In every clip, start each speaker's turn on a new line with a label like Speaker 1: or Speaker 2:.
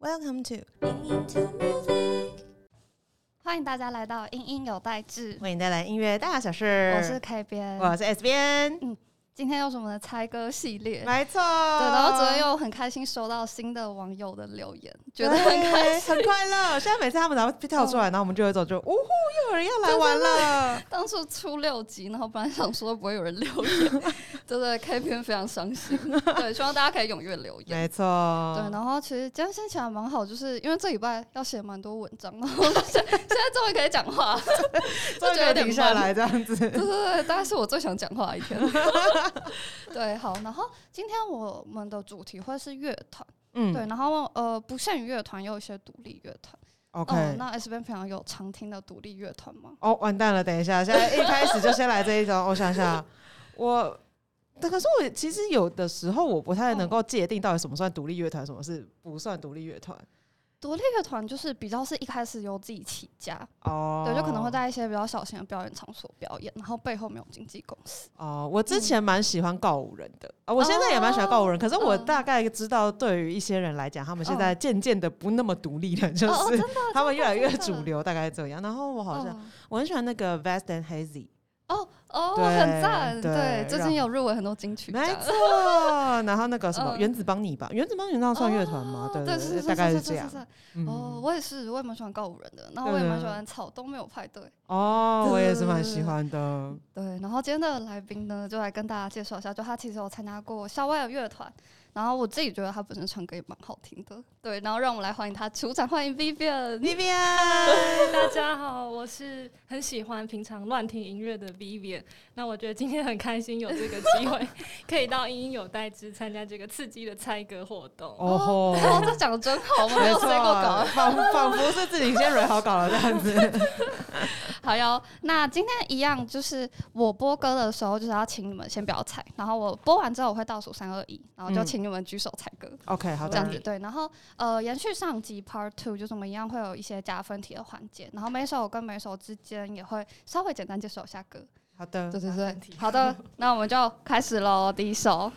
Speaker 1: Welcome to，
Speaker 2: 欢迎大家来到英英有代志，
Speaker 1: 为你带来音乐大小事。
Speaker 2: 我是 K 边，
Speaker 1: 我是 S 边，
Speaker 2: 今天又是我们的猜歌系列。
Speaker 1: 没错。对
Speaker 2: 对，然后昨天又很开心收到新的网友的留言，觉得
Speaker 1: 很
Speaker 2: 很开心。哦
Speaker 1: 很快乐。现在每次他们然后跳出来，然后我们就有一种就呜呼，又有人要来玩了。
Speaker 2: 当初出六集，然后本来想说不会有人留言，真的 K 边非常伤心。对，希望大家可以踊 跃留言。
Speaker 1: 没错。
Speaker 2: 对，然后其实今天心情还蛮好，就是因为这礼拜要写蛮多文章，然后现现在终于可以讲话，
Speaker 1: 终于
Speaker 2: 就觉得有点
Speaker 1: 停下
Speaker 2: 慢
Speaker 1: 来这样子。
Speaker 2: 对对对，大概是我最想讲话的一天。对，好，然后今天我们的主题会是乐团，
Speaker 1: 嗯
Speaker 2: 对，然后呃不限于乐团，也有一些独立乐团。嗯，
Speaker 1: ，OK。
Speaker 2: 那 S 边平常有常听的独立乐团吗？
Speaker 1: 哦，完蛋了，等一下，现 在一开始就先来这一种，我想想，我。但可是我其实有的时候我不太能够界定到底什么算独立乐团，什么是不算独立乐团
Speaker 2: 独立乐团就是比较是一开始由自己起家，
Speaker 1: 哦。
Speaker 2: 对，就可能会在一些比较小型的表演场所表演，然后背后没有经纪公司。
Speaker 1: 哦，我之前蛮喜欢告五人的啊、我现在也蛮喜欢告五人，可是我
Speaker 2: 嗯
Speaker 1: 大概知道，对于一些人来讲，他们现在渐渐的不那么独立了，就
Speaker 2: 哦哦，真
Speaker 1: 是
Speaker 2: 的，
Speaker 1: 他们越来越
Speaker 2: 真的
Speaker 1: 主流，大概这样。然后我好像、
Speaker 2: 嗯
Speaker 1: 我很喜欢那个 Vast and Hazy，
Speaker 2: 哦哦，
Speaker 1: 对
Speaker 2: 很赞，
Speaker 1: 对
Speaker 2: 对，最
Speaker 1: 让
Speaker 2: 近有入围很多金曲
Speaker 1: 没
Speaker 2: 奖。
Speaker 1: 错。然后那个什么
Speaker 2: 嗯
Speaker 1: 原子邦尼吧，原子邦尼那算乐团吗？对
Speaker 2: 哦对，
Speaker 1: 对
Speaker 2: 是
Speaker 1: 大概是这样。。嗯
Speaker 2: 哦，我也是，我也蛮喜欢告五人的，然后我也蛮喜欢草东没有派对。
Speaker 1: 哦，
Speaker 2: 对
Speaker 1: 我
Speaker 2: 对
Speaker 1: 也
Speaker 2: 对
Speaker 1: 是蛮
Speaker 2: 对
Speaker 1: 喜
Speaker 2: 对
Speaker 1: 欢 的。
Speaker 2: 对，然后今天的来宾呢，就来跟大家介绍一下，就他其实有参加过校外的乐团，然后我自己觉得他本身唱歌也蛮好听的。对，然后让我们来欢迎他出场，欢迎 Vivian。
Speaker 1: Vivian，
Speaker 3: 大家好，我是很喜欢平常乱听音乐的 Vivian。那我觉得今天很开心有这个机会，可以到音音有代之参加这个刺激的猜歌活动。
Speaker 1: 哦吼。
Speaker 2: 哦，这讲的真好，我们没
Speaker 1: 没
Speaker 2: 有
Speaker 1: 错啊
Speaker 2: 塞过稿。，
Speaker 1: 仿仿佛是自己先蕊好稿了这样子。
Speaker 2: 好哟，那今天一样，就是我播歌的时候，就是要请你们先不要猜，然后我播完之后我会倒数三二一，然后就
Speaker 1: 嗯
Speaker 2: 请你们举手猜歌。
Speaker 1: OK，好，
Speaker 2: 这
Speaker 1: 当
Speaker 2: 样子
Speaker 1: 然
Speaker 2: 对，然后呃，延续上集 Part Two，就是我们一样会有一些加分题的环节，然后每首跟每首之间也会稍微简单介绍一下歌。
Speaker 1: 好的。
Speaker 2: 对对对
Speaker 3: 分，题
Speaker 2: 好的，那我们就开始喽。第一首，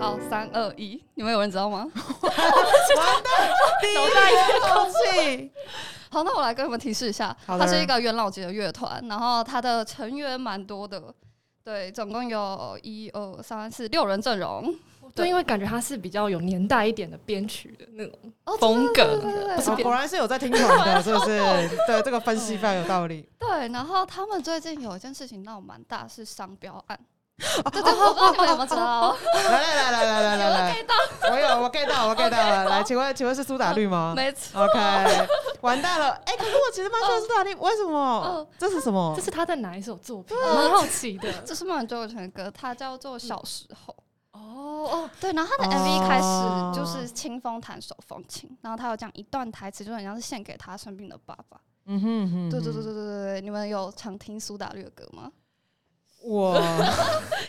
Speaker 2: 好，三二一，你们有人知 道吗？
Speaker 1: 完蛋，第一口气。
Speaker 2: 好，那我来跟你们提示一下，
Speaker 1: 好的
Speaker 2: 它是一个元老级的乐团，然后它的成员蛮多的，对，总共有一二三四六人阵容。对
Speaker 3: 对，因为感觉它是比较有年代一点的编曲的那种
Speaker 2: 哦，对
Speaker 3: 风格
Speaker 2: 对对对
Speaker 3: 不是
Speaker 1: 哦
Speaker 3: 别
Speaker 1: 果然是有在听团的，是不是？对，这个分析非常有道理。
Speaker 2: 对，然后他们最近有一件事情闹蛮大，是商标 案。对对，我不知道你们有没有知
Speaker 1: 哦
Speaker 2: 道，
Speaker 1: 来来来来来来
Speaker 2: 有没
Speaker 1: 来
Speaker 2: 有 get
Speaker 1: 来，
Speaker 2: 到？
Speaker 1: 我有我 get 到我 get 到了。来，请问请问是苏打绿吗
Speaker 2: 没错，
Speaker 1: ？OK，完蛋了。哎，可是我其实蛮喜欢苏打绿，为什么
Speaker 2: 嗯？
Speaker 1: 这是什么
Speaker 3: 这？是他的哪一首作品？我蛮好奇 的。
Speaker 2: 这是孟周晨的歌，它叫做《小时候》。
Speaker 3: 哦哦，
Speaker 2: 对，然后他的
Speaker 1: 哦
Speaker 2: MV 开始就是清风弹手风琴，然后他有讲一段台词，就很像是献给他生病的爸爸。
Speaker 1: 嗯哼嗯哼
Speaker 2: 对对对对对对对，你们有常听苏打绿的歌吗？
Speaker 1: 我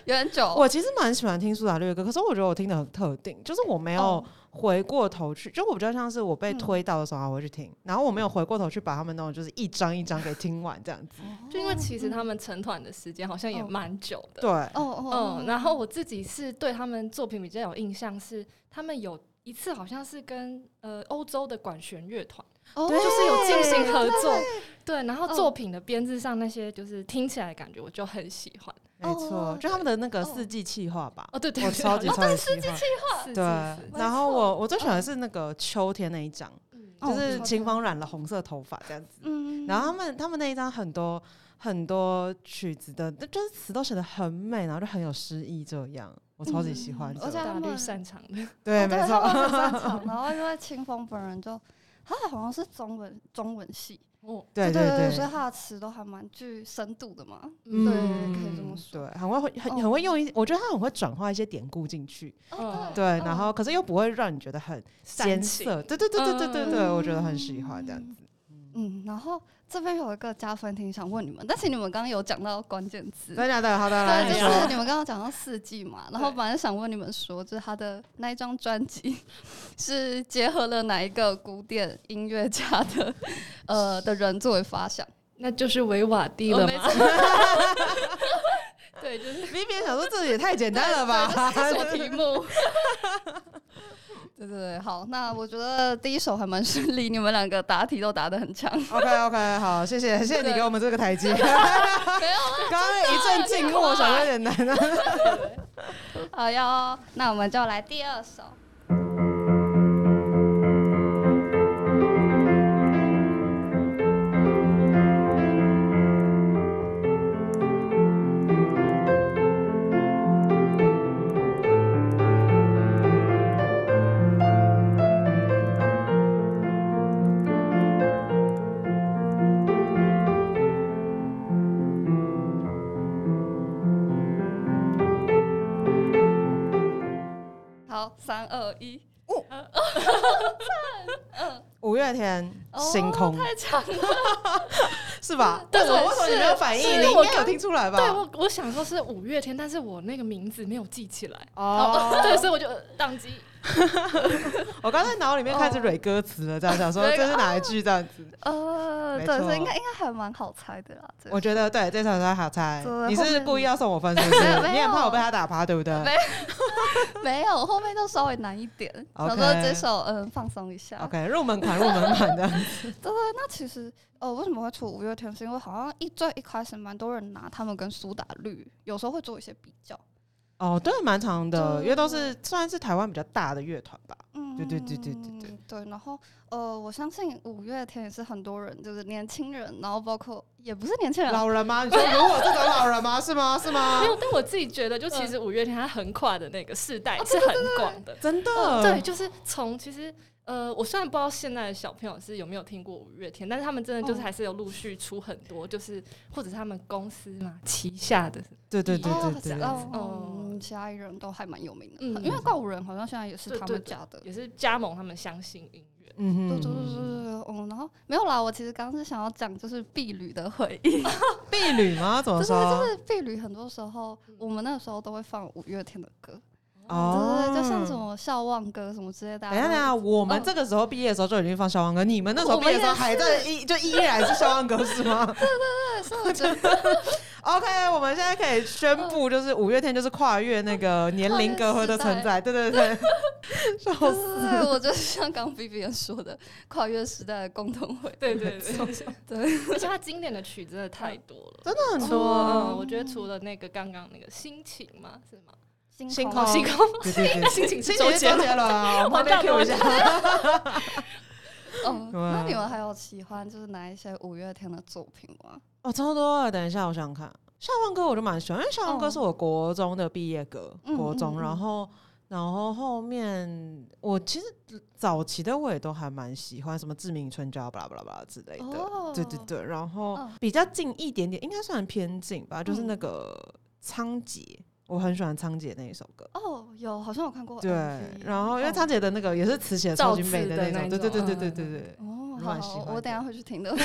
Speaker 2: 有点久，
Speaker 1: 我其实蛮喜欢听苏打绿的歌，可是我觉得我听的很特定，就是我没有
Speaker 2: 哦
Speaker 1: 回过头去，就我比较像是我被推到的时候啊我会去听，然后我没有回过头去把他们那种就是一张一张给听完这样子。
Speaker 3: 就因为其实他们成团的时间好像也蛮久的。
Speaker 1: 对，
Speaker 2: 哦哦，
Speaker 3: 嗯，然后我自己是对他们作品比较有印象是，他们有一次好像是跟呃欧洲的管弦乐团。
Speaker 2: 哦
Speaker 1: 对
Speaker 3: 就是有进行合作，对，然后
Speaker 2: 嗯
Speaker 3: 作品的编制上那些，就是听起来感觉我就很喜欢
Speaker 1: 没
Speaker 2: 哦
Speaker 1: 错，就他们的那个
Speaker 2: 哦
Speaker 1: 四季气化吧。
Speaker 3: 哦，对对
Speaker 1: 我
Speaker 3: 对，
Speaker 1: 超级
Speaker 3: 好
Speaker 1: 超级喜欢。
Speaker 3: 像是
Speaker 1: 对，
Speaker 3: 是
Speaker 1: 然后我我最喜欢的是那个秋天那一张，
Speaker 3: 是
Speaker 2: 嗯哦
Speaker 1: 就是
Speaker 2: 秋
Speaker 1: 秦
Speaker 2: 天
Speaker 1: 风染了红色头发这样子。
Speaker 2: 嗯
Speaker 1: 然后他们他们那一张很多很多曲子的，就是词都写的很美，然后就很有诗意，这样我超级喜欢
Speaker 2: 嗯
Speaker 1: 这
Speaker 2: 而且
Speaker 1: 样。
Speaker 3: 大
Speaker 2: 他哦
Speaker 3: 绿
Speaker 2: 们
Speaker 3: 擅长的，
Speaker 1: 对，没错。
Speaker 2: 然后因为清风本人就他好像是中文中文系，
Speaker 3: 哦，
Speaker 1: 对
Speaker 2: 对
Speaker 1: 对，
Speaker 2: 所以他的词都还蛮具深度的嘛。
Speaker 3: 嗯
Speaker 2: 对，可以这么说。
Speaker 1: 对，很会很
Speaker 2: 哦
Speaker 1: 很会用一，我觉得他很会转化一些典故进去，
Speaker 3: 哦
Speaker 1: 对，然后可是又不会让你觉得很艰涩，对对对对对对对，我觉得很喜欢这样子。
Speaker 2: 嗯，然后这边有一个加分题想问你们，但是你们刚刚有讲到关键词，
Speaker 1: 真的假的？好的，来
Speaker 2: 对，
Speaker 1: 你
Speaker 2: 就
Speaker 1: 说
Speaker 2: 是你们刚刚讲到四季嘛，然后
Speaker 3: 对
Speaker 2: 本来想问你们说，就是他的那一张专辑是结合了哪一个古典音乐家的呃的人作为发想？
Speaker 3: 那就是维瓦蒂
Speaker 2: 哦
Speaker 3: 了
Speaker 2: 没
Speaker 3: 嘛。
Speaker 2: 错
Speaker 3: 对，就是
Speaker 1: 明明想说这也太简单了吧？
Speaker 2: 什么题目？对对对，好，那我觉得第一首还蛮顺利，你们两个答题都答得很强，
Speaker 1: OK OK，好，谢谢谢谢你给我们这个台阶。
Speaker 2: 没有啊？
Speaker 1: 刚刚一阵静默，想说有点难啊。
Speaker 2: 好哟，那我们就来第二首。好，三二一，
Speaker 1: 五月天
Speaker 2: 哦
Speaker 1: 星空
Speaker 2: 太强了！
Speaker 1: 是吧？
Speaker 3: 对
Speaker 1: 为什么
Speaker 3: 我
Speaker 1: 为什么你
Speaker 3: 是
Speaker 1: 没有反应？
Speaker 3: 是
Speaker 1: 你应
Speaker 3: 我
Speaker 1: 该有
Speaker 3: 刚
Speaker 1: 听出 来吧？
Speaker 3: 对我我想说是五月天，但是我那个名字没有记起来，
Speaker 1: 哦，
Speaker 3: 对，所以我就呃宕机。
Speaker 1: 我刚才脑里面开始蕊歌词了，这样想说
Speaker 2: 蕊
Speaker 1: 这是哪一句这样子？
Speaker 2: 呃，
Speaker 1: 没
Speaker 2: 对，
Speaker 1: 错
Speaker 2: 所以应该应该还蛮好猜的啦。这
Speaker 1: 我觉得对，这首歌好猜
Speaker 2: 对。
Speaker 1: 你
Speaker 2: 后
Speaker 1: 是
Speaker 2: 面
Speaker 1: 故意要送我分是不是？
Speaker 2: 没有
Speaker 1: 你很怕我被他打趴，对不对
Speaker 2: 没没有，后面就稍微难一点。
Speaker 1: OK
Speaker 2: 想说这首嗯放松一下。
Speaker 1: ？OK，入门款，入门款的。
Speaker 2: 对对，那其实呃为什么会出五月天，是因为好像一最一开始蛮多人拿他们跟苏打绿，有时候会做一些比较。
Speaker 1: 哦，对，蛮长的，
Speaker 2: 对
Speaker 1: 因为都是算是台湾比较大的乐团吧。
Speaker 2: 嗯，
Speaker 1: 对对对对对对
Speaker 2: 对。然后呃，我相信五月天也是很多人，就是年轻人，然后包括也不是年轻人啊，
Speaker 1: 老人吗？你说如果这种老人吗？是吗？是吗
Speaker 3: 没？有，但我自己觉得，就其实五月天它横跨的那个世代是很广的。
Speaker 1: 真的？
Speaker 3: 对，就是从其实呃，我虽然不知道现在的小朋友是有没有听过五月天，但是他们真的就是
Speaker 2: 哦
Speaker 3: 还是有陆续出很多，就是或者是他们公司嘛旗下的，
Speaker 1: 对对对
Speaker 2: 哦
Speaker 1: 对对对。
Speaker 2: 哦嗯，其他艺人都还蛮有名的，
Speaker 3: 嗯
Speaker 2: 因为告五人好像现在也是
Speaker 3: 对
Speaker 2: 他
Speaker 3: 对
Speaker 2: 们
Speaker 3: 对
Speaker 2: 家的。
Speaker 3: 也是加盟他们相信音乐。
Speaker 1: 嗯
Speaker 2: 对
Speaker 1: 哼
Speaker 2: 对对对对对，嗯，然后没有啦，我其实刚刚是想要讲就是婢女的回忆，
Speaker 1: 婢女吗？怎么
Speaker 2: 就是
Speaker 1: 哦说？
Speaker 2: 就是婢女很多时候
Speaker 3: 嗯
Speaker 2: 我们那时候都会放五月天的歌，对
Speaker 1: 哦，
Speaker 2: 对对，就像什么笑忘歌什么之类的啊。
Speaker 1: 等一下，等一下，我们
Speaker 2: 嗯
Speaker 1: 这个时候毕业的时候就已经放消防歌，你们那时候
Speaker 2: 我
Speaker 1: 毕
Speaker 2: 们
Speaker 1: 业的时候
Speaker 2: 也
Speaker 1: 还在依就依然是消防歌是吗
Speaker 2: 对，所以我觉 得
Speaker 1: ？OK，我们现在可以宣布，就是五月天就是跨越那个年龄隔阂的存在，对对对，笑
Speaker 2: 就
Speaker 1: 死！
Speaker 2: 是我就像刚 B B 说的，跨越时代的共同回忆。
Speaker 3: 对 对对，
Speaker 2: 对，
Speaker 3: 而且它经典的曲真的太多了。
Speaker 1: 真的很多，
Speaker 3: 嗯，我觉得除了那个刚刚那个心情嘛，是吗？
Speaker 1: 星
Speaker 2: 空
Speaker 1: 空
Speaker 3: 星 空，
Speaker 1: 对对对，
Speaker 3: 心情是
Speaker 1: 谢
Speaker 3: 周
Speaker 1: 周
Speaker 3: 杰
Speaker 1: 杰
Speaker 3: 伦。
Speaker 1: 伦 啊，我们再 Q 一下。
Speaker 2: 哦，
Speaker 1: 对啊
Speaker 2: 那你们还有喜欢就是哪一些五月天的作品吗？
Speaker 1: 哦，超多了。等一下，我想想看，夏望歌我就蛮喜欢，因为夏望歌
Speaker 2: 哦
Speaker 1: 是我国中的毕业歌，
Speaker 2: 嗯
Speaker 1: 国中，
Speaker 2: 嗯嗯
Speaker 1: 然后。然后后面我其实早期的我也都还蛮喜欢，什么《志明春娇》巴拉巴拉巴拉之类的，
Speaker 2: 哦
Speaker 1: 对对对。然后
Speaker 2: 嗯
Speaker 1: 比较近一点点，应该算偏近吧，就是那个《仓颉》，我很喜欢《仓颉》那一首歌。
Speaker 2: 哦，有，好像有看过 MV。
Speaker 1: 对，然后因为
Speaker 2: 哦
Speaker 1: 仓颉的那个也是词写得超级美那
Speaker 3: 造词的
Speaker 1: 种，
Speaker 3: 那
Speaker 1: 对对对
Speaker 3: 种
Speaker 1: 对对
Speaker 3: 嗯
Speaker 1: 对对。
Speaker 2: 哦，
Speaker 1: 如果
Speaker 2: 好
Speaker 1: 很喜
Speaker 2: 好，
Speaker 1: 欢
Speaker 2: 我等一下回 去听的。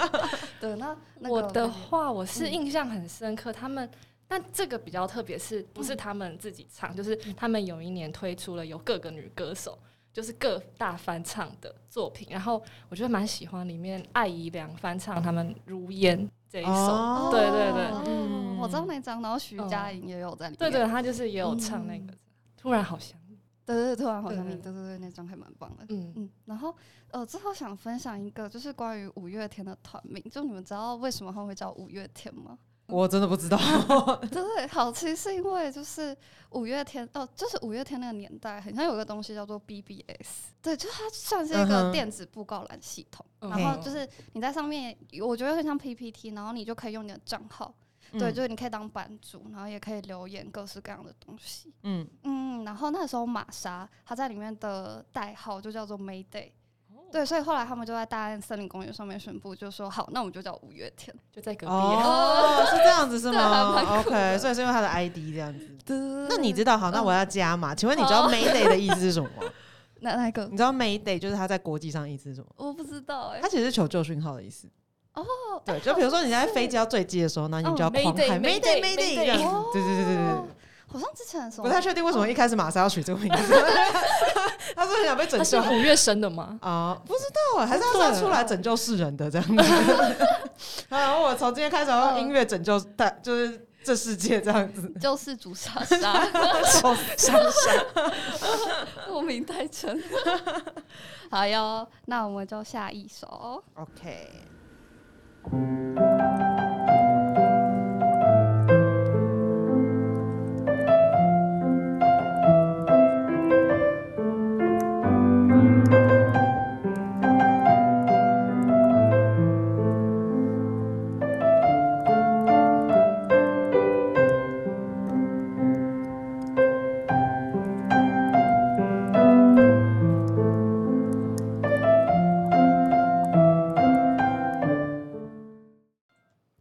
Speaker 2: 对，那那个
Speaker 3: 我
Speaker 2: 可
Speaker 3: 的
Speaker 2: 以
Speaker 3: 话，我是
Speaker 2: 嗯
Speaker 3: 印象很深刻，他们。但这个比较特别，是不
Speaker 2: 嗯
Speaker 3: 是他们自己唱？就是他们有一年推出了由各个女歌手，就是各大翻唱的作品。然后我觉得蛮喜欢里面艾怡良翻唱他们《如烟》这一首，
Speaker 1: 哦
Speaker 3: 对对对
Speaker 2: 哦
Speaker 1: 嗯
Speaker 2: 我知道那张，然后徐佳莹也有在里面，
Speaker 3: 对对，他就是也有唱
Speaker 2: 嗯
Speaker 3: 那个。突然好想你，
Speaker 2: 对对对，突然好像你，对
Speaker 3: 对
Speaker 2: 对对，那张还蛮棒的。
Speaker 3: 嗯，
Speaker 2: 嗯，然后呃，最后想分享一个，就是关于五月天的团名，就你们知道为什么他们会叫五月 天吗？
Speaker 1: 我真的不知道，
Speaker 2: 对对，好，其实是因为就是五月天哦，就是五月天那个年代，很像有个东西叫做 BBS，对，就它算是一
Speaker 1: 嗯
Speaker 2: 个
Speaker 1: 哼
Speaker 2: 电子布告栏系统，
Speaker 3: 嗯
Speaker 2: 然后就是你在上面，我觉得很像 PPT，然后你就可以用你的账号， 对，
Speaker 1: 嗯
Speaker 2: 就是你可以当版主，然后也可以留言各式各样的东西。
Speaker 1: 嗯，
Speaker 3: 哦
Speaker 2: 嗯，然后那时候玛莎她在里面的代号就叫做 Mayday，对，所以后来他们就在大安森林公园上面宣布，就说好，那我们就叫五月天。
Speaker 3: 就在隔壁。啊
Speaker 1: 哦，是这样子是
Speaker 2: 对还
Speaker 1: 吗哦
Speaker 2: 蛮酷
Speaker 1: ？OK，
Speaker 2: 的嗯
Speaker 1: 所以是因为他的 ID 这样子。那
Speaker 2: 那
Speaker 1: 你知道好，那我要加嘛？请问你知
Speaker 2: 哦
Speaker 1: 道 Mayday 的意思是什么 吗？
Speaker 2: 哪哪一个
Speaker 1: 你？知道 Mayday 就是它在国际上意思是什么？
Speaker 2: 我不知道哎、
Speaker 1: 它其实是求救讯号的意思。
Speaker 2: 哦，
Speaker 1: 对，就比如说你在飞机要坠机的时候，那你就要
Speaker 3: 嗯，Mayday，
Speaker 1: 狂喊 Mayday
Speaker 3: Mayday，
Speaker 1: Mayday
Speaker 3: Mayday
Speaker 1: 这样子
Speaker 2: 哦。
Speaker 1: 对对对对对对。
Speaker 2: 好像之前什么
Speaker 1: 不太确定为什么一开始玛莎要取这个名 字，他是很想被拯
Speaker 3: 他是
Speaker 1: 救。
Speaker 3: 五月生的吗？
Speaker 1: 啊、不知道啊，还是他是要出来拯救世人的这样子。啊，我从今天开始要用音乐拯救大，就是这世界这样子。
Speaker 2: 嗯就是主莎 莎，
Speaker 1: 受伤伤。
Speaker 2: 莫名太沉。 好哟，那我们就下一首。
Speaker 1: OK，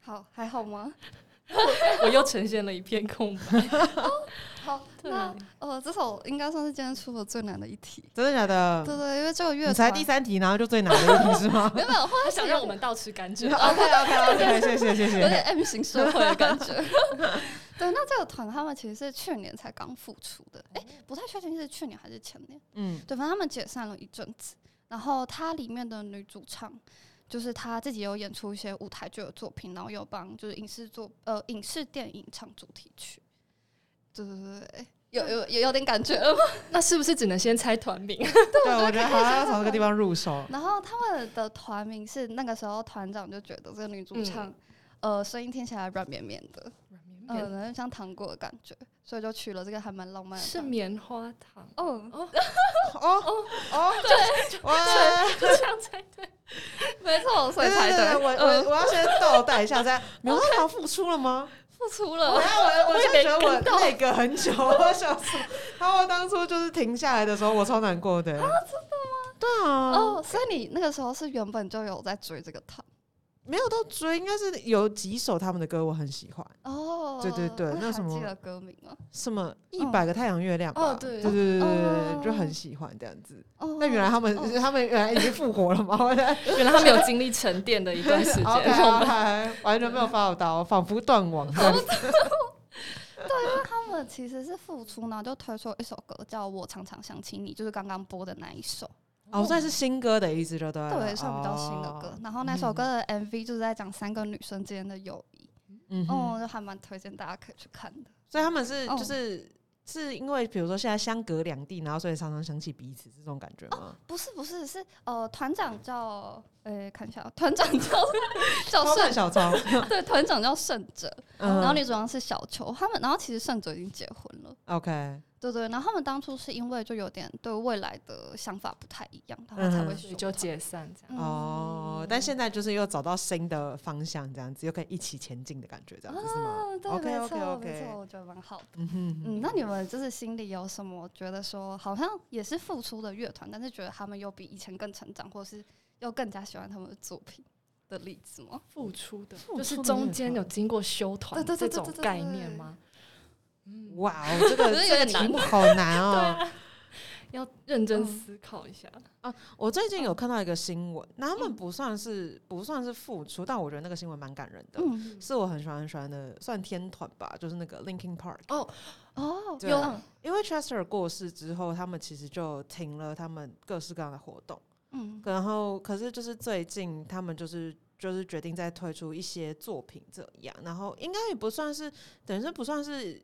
Speaker 2: 好，还好吗？
Speaker 3: 我又呈现了一片空 白。
Speaker 2: 好，
Speaker 1: 啊
Speaker 2: 那呃，这首应该算是今天出的最难的一题。
Speaker 1: 真的假
Speaker 2: 对
Speaker 1: 的？
Speaker 2: 对，因为这个乐
Speaker 1: 嗯你
Speaker 2: 团
Speaker 1: 才第三题，然后就最难的一题是吗
Speaker 2: 没有没有，后
Speaker 3: 他
Speaker 2: 来
Speaker 3: 想让我们倒吃甘蔗。
Speaker 1: ？OK OK OK，谢谢谢
Speaker 2: 有点
Speaker 1: 谢。
Speaker 2: M 型社会的感觉。 对，那这个团他们其实是去年才刚复出的，哎、不太确定是去年还是前年。
Speaker 1: 嗯，
Speaker 2: 对，反正他们解散了一阵子，然后她里面的女主唱，就是她自己有演出一些舞台剧的作品，然后有帮就是影视作呃影视电影唱主题曲，对对嗯对对， 有有有有点感觉了吗。
Speaker 3: 那是不是只能先猜团 名？
Speaker 1: 对，我觉得好像要从这个地方入手。
Speaker 2: 然后他们的团名是那个时候团长就觉得这个女主
Speaker 3: 嗯
Speaker 2: 唱，呃，声音听起来软绵绵的，嗯、呃，然后像糖果的感觉，所以就取了这个还蛮浪漫的
Speaker 3: 是
Speaker 2: 团名。
Speaker 3: 棉花糖，
Speaker 2: 哦，
Speaker 1: 哦哦，对，哇。
Speaker 3: 就这样猜对。
Speaker 2: 没错，所以
Speaker 1: 对
Speaker 2: 才
Speaker 1: 对对，我
Speaker 2: 对，
Speaker 1: 我我要先倒带一下，再棉花糖复出了吗？
Speaker 2: 付出
Speaker 1: 我
Speaker 2: 了。
Speaker 1: 要我我现在觉得我
Speaker 3: 我也没跟到
Speaker 1: 那个很久，我想说， 他们当初就是停下来的时候，我超难过的。啊，真的吗？对啊，
Speaker 2: 哦，所以你那个时候是原本就有在追这个团。
Speaker 1: 没有到追，应该是有几首他们的歌我很喜欢，
Speaker 2: 哦，
Speaker 1: 对对对那
Speaker 2: 还
Speaker 1: 什么
Speaker 2: 记得歌名吗？
Speaker 1: 什么一百个太阳月亮吧
Speaker 3: 哦对
Speaker 1: 对对对对对
Speaker 2: 哦
Speaker 1: 对，就很喜欢这样子。
Speaker 2: 哦，
Speaker 1: 那原来他们
Speaker 2: 哦
Speaker 1: 他们原来已经复活了吗？我在
Speaker 3: 原来他们有经历沉淀的一 段时间，让我
Speaker 1: 哦
Speaker 3: 们
Speaker 1: OK，完全没有 follow 到，仿佛断网这样子。
Speaker 2: 他们其实是复出，然后就推出一首歌叫《我常常想起你》，就是刚刚播的那一首，
Speaker 1: 哦，算是新歌的意思就对了。
Speaker 2: 对，算比较新的歌
Speaker 1: 呃哦。。
Speaker 2: 然后那首歌的 MV 就是在讲三个女生之间的友谊，
Speaker 1: 嗯哼
Speaker 2: 哦，就还蛮推荐大家可以去看的。
Speaker 1: 所以他们是
Speaker 2: 哦
Speaker 1: 就是、是因为比如说现在相隔两地，然后所以常常想起彼此是这种感觉吗？
Speaker 2: 不是不是是呃，团长叫呃，看一下哦，团长叫
Speaker 1: 超看
Speaker 2: 叫
Speaker 3: 哦
Speaker 2: 盛，
Speaker 1: 小 超，
Speaker 2: 对，团长叫盛哲，
Speaker 1: 嗯
Speaker 2: 然后女主唱是小球，他们，然后其实盛哲已经结婚了。
Speaker 1: OK，
Speaker 3: 嗯
Speaker 2: 对对，然后他们当初是因为就有点对未来的想法不太一样，然后才会
Speaker 1: 嗯
Speaker 3: 所
Speaker 2: 说
Speaker 3: 以就
Speaker 2: 他
Speaker 3: 解散这样。
Speaker 1: 哦，但现在就是又找到新的方向，这样子又可以一起前进的感觉，这
Speaker 3: 哦
Speaker 1: 样子是吗
Speaker 2: 嗯，对，
Speaker 1: ？OK
Speaker 2: 没
Speaker 1: OK
Speaker 2: 错，没错，
Speaker 1: OK，
Speaker 2: 我觉得蛮好的。
Speaker 1: 嗯哼，
Speaker 2: 嗯，那你们就是心里有什么觉得说好像也是付出的乐团，但是觉得他们又比以前更成长，或是又更加喜欢他们的作品的例子吗？
Speaker 3: 付出的，
Speaker 1: 付出的
Speaker 3: 就是中间有经过修团
Speaker 2: 对对
Speaker 3: 这
Speaker 2: 对
Speaker 3: 种
Speaker 2: 对对对
Speaker 3: 概念吗？嗯，
Speaker 1: 哇，哦， 这个
Speaker 3: 可
Speaker 1: 这
Speaker 3: 是有
Speaker 1: 个
Speaker 3: 点
Speaker 1: 题
Speaker 3: 难
Speaker 1: 目好难
Speaker 3: 对
Speaker 1: 哦。
Speaker 3: 啊，要认真思考一下。
Speaker 1: 我最近有看到一个新闻，那他们不算是
Speaker 3: 嗯
Speaker 1: 不算是付出，但我觉得那个新闻蛮感人的，
Speaker 2: 嗯，
Speaker 1: 是我很喜欢很喜欢的，算天团吧，就是那个 Linkin Park。
Speaker 2: 哦，
Speaker 1: 对
Speaker 2: 有
Speaker 1: 因为 Chester 过世之后，他们其实就停了他们各式各样的活动，
Speaker 2: 嗯，
Speaker 1: 然后可是就是最近他们就是就是决定再推出一些作品这样，然后应该也不算是等于是不算是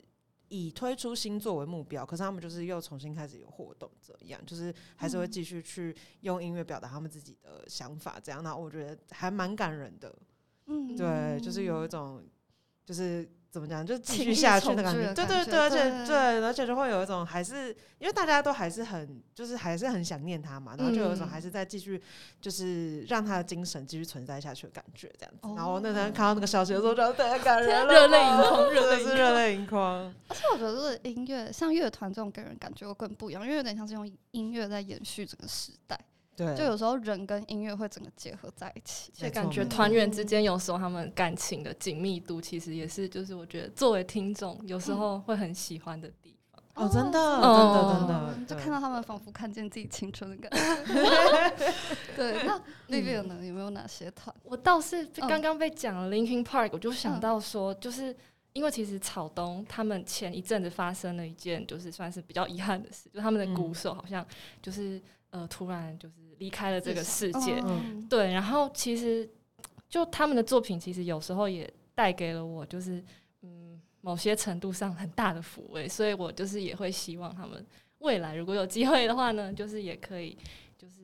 Speaker 1: 以推出新作为目标，可是他们就是又重新开始有活动这样，就是还是会继续去用音乐表达他们自己的想法这样，那我觉得还蛮感人的，
Speaker 2: 嗯，
Speaker 1: 对，就是有一种就是怎么讲，就继
Speaker 2: 情
Speaker 1: 续
Speaker 2: 欲
Speaker 1: 下去
Speaker 2: 重
Speaker 1: 的感
Speaker 2: 置
Speaker 1: 觉。
Speaker 2: 的
Speaker 1: 对对
Speaker 2: 感觉
Speaker 1: 对，而且
Speaker 2: 对
Speaker 1: 对，而且就会有一种还是因为大家都还是很就是还是很想念他嘛，然后就有一种
Speaker 3: 嗯
Speaker 1: 还是在继续就是让他的精神继续存在下去的感觉这样子
Speaker 2: 哦。
Speaker 1: 然后那天看到那个消息的时候，觉得太感人了，
Speaker 3: 热泪盈
Speaker 1: 真
Speaker 3: 眶热
Speaker 1: 的
Speaker 3: 泪盈
Speaker 1: 是热泪盈 眶。
Speaker 2: 而且我觉得音乐像乐团这种给人感觉又更不一样，因为有点像是用音乐在延续整个时代。
Speaker 1: 对，
Speaker 2: 就有时候人跟音乐会整个结合在一起。
Speaker 3: 所以感觉
Speaker 1: 没错
Speaker 3: 团员之间有时候他们感情的紧密度，其实也是就是我觉得作为听众有时候会很喜欢的地方。
Speaker 1: 哦，真的，
Speaker 2: 哦
Speaker 1: 真的，真
Speaker 3: 哦
Speaker 1: 的，
Speaker 2: 就
Speaker 1: 对
Speaker 2: 看到他们仿佛看见自己青春的感觉。
Speaker 1: 嗯
Speaker 2: 对，那那边呢有没有哪些团？
Speaker 3: 我倒是被
Speaker 2: 嗯
Speaker 3: 刚刚被讲了 Linkin Park，我就想到说，就是因为其实草东他们前一阵子发生了一件就是算是比较遗憾的事，就他们的鼓手好像就是呃突然就是离开了这个世界，
Speaker 2: 嗯
Speaker 3: 对，然后其实就他们的作品，其实有时候也带给了我，就是嗯，某些程度上很大的抚慰，所以我就是也会希望他们未来如果有机会的话呢，就是也可以，就是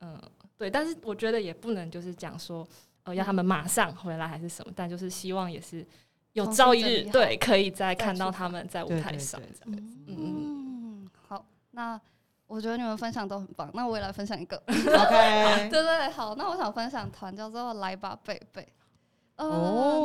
Speaker 3: 嗯、呃对，但是我觉得也不能就是讲说呃要他们马上回来还是什么，但就是希望也是有
Speaker 2: 重新
Speaker 3: 朝一
Speaker 2: 整
Speaker 3: 日
Speaker 2: 理好
Speaker 3: 对可以
Speaker 2: 再
Speaker 3: 再看到
Speaker 2: 出发
Speaker 3: 他们在舞
Speaker 1: 对
Speaker 3: 台
Speaker 1: 对
Speaker 3: 上
Speaker 1: 对
Speaker 3: 这样。
Speaker 2: 嗯，好，那我觉得你们分享都很棒，那我也来分享一个。
Speaker 1: ，OK，
Speaker 2: 对对，好，那我想分享团叫做来吧贝贝。嗯，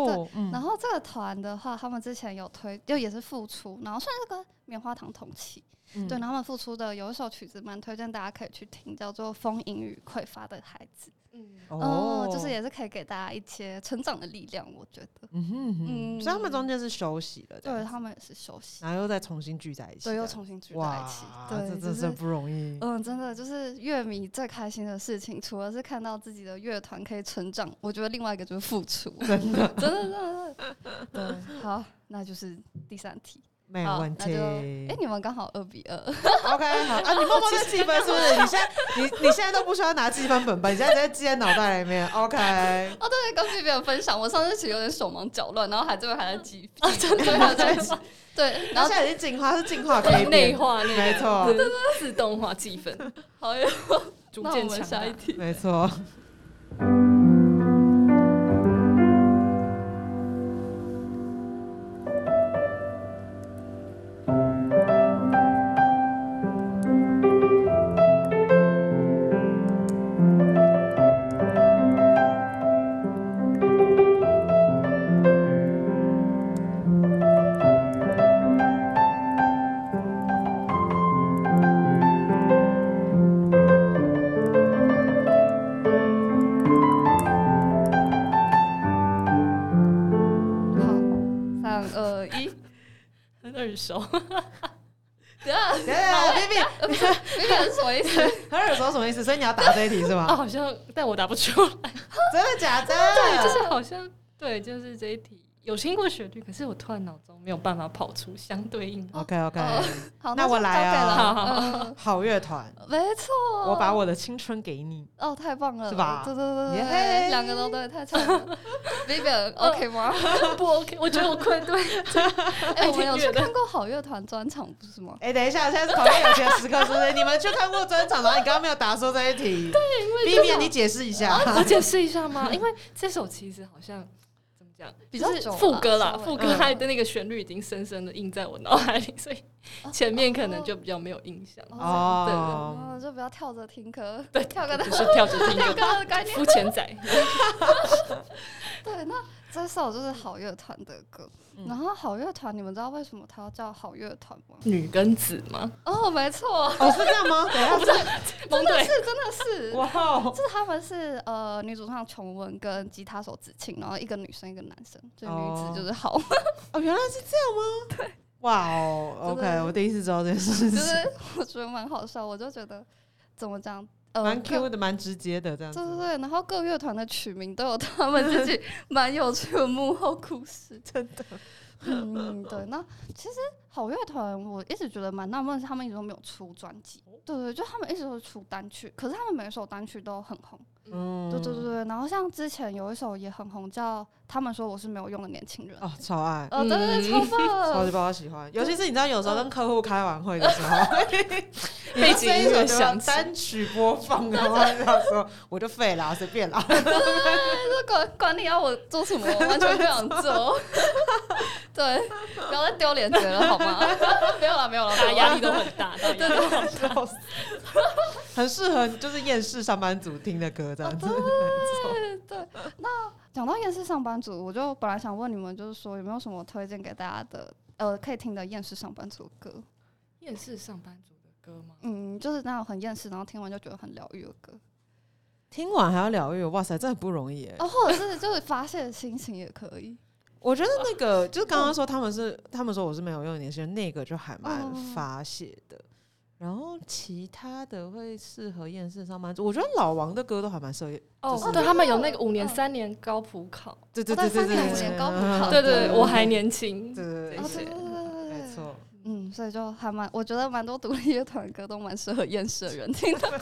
Speaker 2: 对。
Speaker 1: 哦，嗯
Speaker 2: 然后这个团的话，他们之前有推，就也是复出，然后算是跟棉花糖同期，
Speaker 1: 嗯
Speaker 2: 对，然后他们复出的有一首曲子蛮推荐大家可以去听，叫做《风影与匮乏的孩子》，
Speaker 3: 嗯，
Speaker 2: 哦
Speaker 1: 哦，，
Speaker 2: 就是，也是可以给大家一些成长的力量，我觉得。
Speaker 1: 嗯哼
Speaker 2: 嗯
Speaker 1: 哼，所以他们中间是休息了，这样
Speaker 2: 对
Speaker 1: 子，
Speaker 2: 他们也是休息，
Speaker 1: 然后又再重新聚在一起，
Speaker 2: 对，又
Speaker 1: 这样
Speaker 2: 重新聚在一起
Speaker 1: 哇，，
Speaker 2: 对，
Speaker 1: 这
Speaker 2: 就
Speaker 1: 真
Speaker 2: 是
Speaker 1: 是不容易，
Speaker 2: 嗯，真的就是乐迷最开心的事情，除了是看到自己的乐团可以成长，我觉得另外一个就是付出，真的， 真的，真的。对，好，那就是第三题。
Speaker 1: 没
Speaker 2: 好，
Speaker 1: 问
Speaker 2: 那就哎、
Speaker 1: 题
Speaker 2: 你们刚好二比二，
Speaker 1: ，OK，好啊，你默默在记分是不是？你现在你你现在都不需要拿记分本吧？你现在直接记在脑袋里面，OK，
Speaker 2: 哦，对，恭喜别人分享。我上次其实有点手忙脚乱，然后还这边还在记，啊，真的 还在记，对，然
Speaker 1: 他
Speaker 2: 后
Speaker 1: 现在已经进化，是进化可以
Speaker 3: 内
Speaker 1: 变，
Speaker 3: 化那个
Speaker 1: 没错
Speaker 3: 对对对自动化积分，
Speaker 2: 好，
Speaker 3: 逐
Speaker 2: 那我
Speaker 3: 渐
Speaker 2: 们
Speaker 3: 强
Speaker 2: 下
Speaker 3: 大
Speaker 2: 一。题。
Speaker 1: 没错，
Speaker 2: 好，三二一，
Speaker 3: 很耳熟，
Speaker 2: 等一下，
Speaker 1: 对对对，B B，
Speaker 2: 你俩是什么意思？
Speaker 1: 很耳熟什么意思？所以你要答这一题是
Speaker 3: 啊，
Speaker 1: 吗？
Speaker 2: 哦
Speaker 3: 好像但我答不出来，
Speaker 1: 真的 假的？
Speaker 3: 就是好像对，就是这一题有听过旋律，可是我突然脑中没有办法跑出相对应的。
Speaker 1: OK OK，
Speaker 2: 哦好，
Speaker 1: 那我来啊
Speaker 2: 交
Speaker 3: 哦
Speaker 2: 给了嗯
Speaker 1: 好乐团，
Speaker 2: 没错，
Speaker 1: 我把我的青春给你。
Speaker 2: 哦，太棒了，
Speaker 1: 是吧
Speaker 2: 对对对对对，
Speaker 1: 耶
Speaker 2: 两个都对，太强了。Vivian OK 吗？
Speaker 3: 不 OK，我觉得我愧 对。
Speaker 2: 哎，我们有去
Speaker 3: 听乐的
Speaker 2: 看过好乐团专场，不是吗？
Speaker 1: 哎、等一下，现在是考验友情的时刻，是不是？你们去看过专场，然后你刚刚没有答说这一题，对，避免你解释一
Speaker 2: 啊
Speaker 1: 下。
Speaker 3: 我解释一下吗？因为这首其实好像怎么讲，
Speaker 2: 比较
Speaker 3: 就是
Speaker 2: 久了
Speaker 3: 副歌
Speaker 2: 稍
Speaker 3: 啦，
Speaker 2: 微
Speaker 3: 副歌它的那个旋律已经深深的印在我脑海里，所以前面可能就比较没有印象。
Speaker 1: 哦，
Speaker 2: 哦，就不要跳着听歌，
Speaker 3: 对
Speaker 2: 跳歌的
Speaker 3: 就是跳着听
Speaker 2: 跳
Speaker 3: 歌，
Speaker 2: 歌的概念。
Speaker 3: 肤浅仔。
Speaker 2: 对，那这首就是好乐团的歌。
Speaker 1: 嗯
Speaker 2: 然后好乐团，你们知道为什么它要叫好乐团吗？
Speaker 3: 女跟子吗？
Speaker 2: 哦，没错，
Speaker 1: 哦，是这样吗？等一下，
Speaker 3: 蒙对
Speaker 2: 是， 真的 是。
Speaker 1: 哇哦，
Speaker 2: 就是他们是呃女主唱琼文跟吉他手子庆，然后一个女生一个男生，就女
Speaker 1: 哦
Speaker 2: 子就 是好，
Speaker 1: 哦，原来是这样吗？对，哇哦
Speaker 2: 真的
Speaker 1: ，OK，我第一次知道这件事
Speaker 2: 就
Speaker 1: 情，
Speaker 2: 是我觉得蛮好笑，我就觉得怎么讲呃
Speaker 1: 蛮
Speaker 2: 各
Speaker 1: Q 的，蛮直接的这样
Speaker 2: 对对
Speaker 1: 子。
Speaker 2: 对，然后各乐团的曲名都有他们 自己蛮有趣的幕后故事，真的。嗯，对。那其实好乐团，我一直觉得蛮纳闷，是他们一直都没有出专辑。
Speaker 1: 哦
Speaker 2: 对对，就他们一直都出单曲，可是他们每一首单曲都很红。
Speaker 1: 嗯
Speaker 2: 对对对对。然后像之前有一首也很红，叫《他们说我是没有用的年轻人》。
Speaker 1: 哦，超爱。
Speaker 2: 呃，对对对，超
Speaker 3: 嗯
Speaker 1: 超级
Speaker 2: 棒！
Speaker 1: 爆，喜欢，尤其是你知道，有时候跟客户开完会的时候，你
Speaker 3: 背
Speaker 1: 要
Speaker 3: 景
Speaker 1: 这一
Speaker 3: 音
Speaker 1: 首
Speaker 3: 乐
Speaker 1: 就要
Speaker 3: 响起
Speaker 1: 单曲播放，然后他说我就废啦，随便啦，
Speaker 2: 这管管理要我做什么，我完全不想做。 对，不要再丢脸觉了好吗？ 没有了，没有了，
Speaker 3: 大家压力都很大，大 家压力都很大。
Speaker 1: 笑死 很适合就是厌世上班族听的歌，这样子。
Speaker 2: 讲到厌世上班族，我就本来想问你们，就是说有没有什么推荐给大家的，呃，可以听的厌世上班族歌？
Speaker 3: 厌世上班族的歌吗？
Speaker 2: 嗯，就是那种很厌世，然后听完就觉得很疗愈的歌。
Speaker 1: 听完还要疗愈，哇塞，这很不容易哎、
Speaker 2: 哦，或者是就是发泄心情也可以。
Speaker 1: 我觉得那个就是刚刚说他们是，他们说我是没有用的年轻人，那个就还蛮发泄的。然后其他的会适合厌世上班族，我觉得老王的歌都还蛮适合。
Speaker 3: 哦
Speaker 1: 就是，
Speaker 3: 对他们有那个
Speaker 2: 哦
Speaker 3: 五年、
Speaker 2: 嗯
Speaker 3: 三年高普考，
Speaker 1: 对对
Speaker 2: 哦但
Speaker 1: 对对
Speaker 2: 三
Speaker 1: 对对啊
Speaker 2: 年五
Speaker 1: 对，
Speaker 2: 年高不考
Speaker 3: 对
Speaker 2: 对
Speaker 3: 对，我还年轻，
Speaker 1: 对对
Speaker 2: 哦，
Speaker 3: 谢
Speaker 2: 对
Speaker 3: 谢
Speaker 2: 对对对对，
Speaker 1: 没错。
Speaker 2: 嗯，所以就还蛮，我觉得蛮多独立乐团歌都蛮适合厌世的人听的。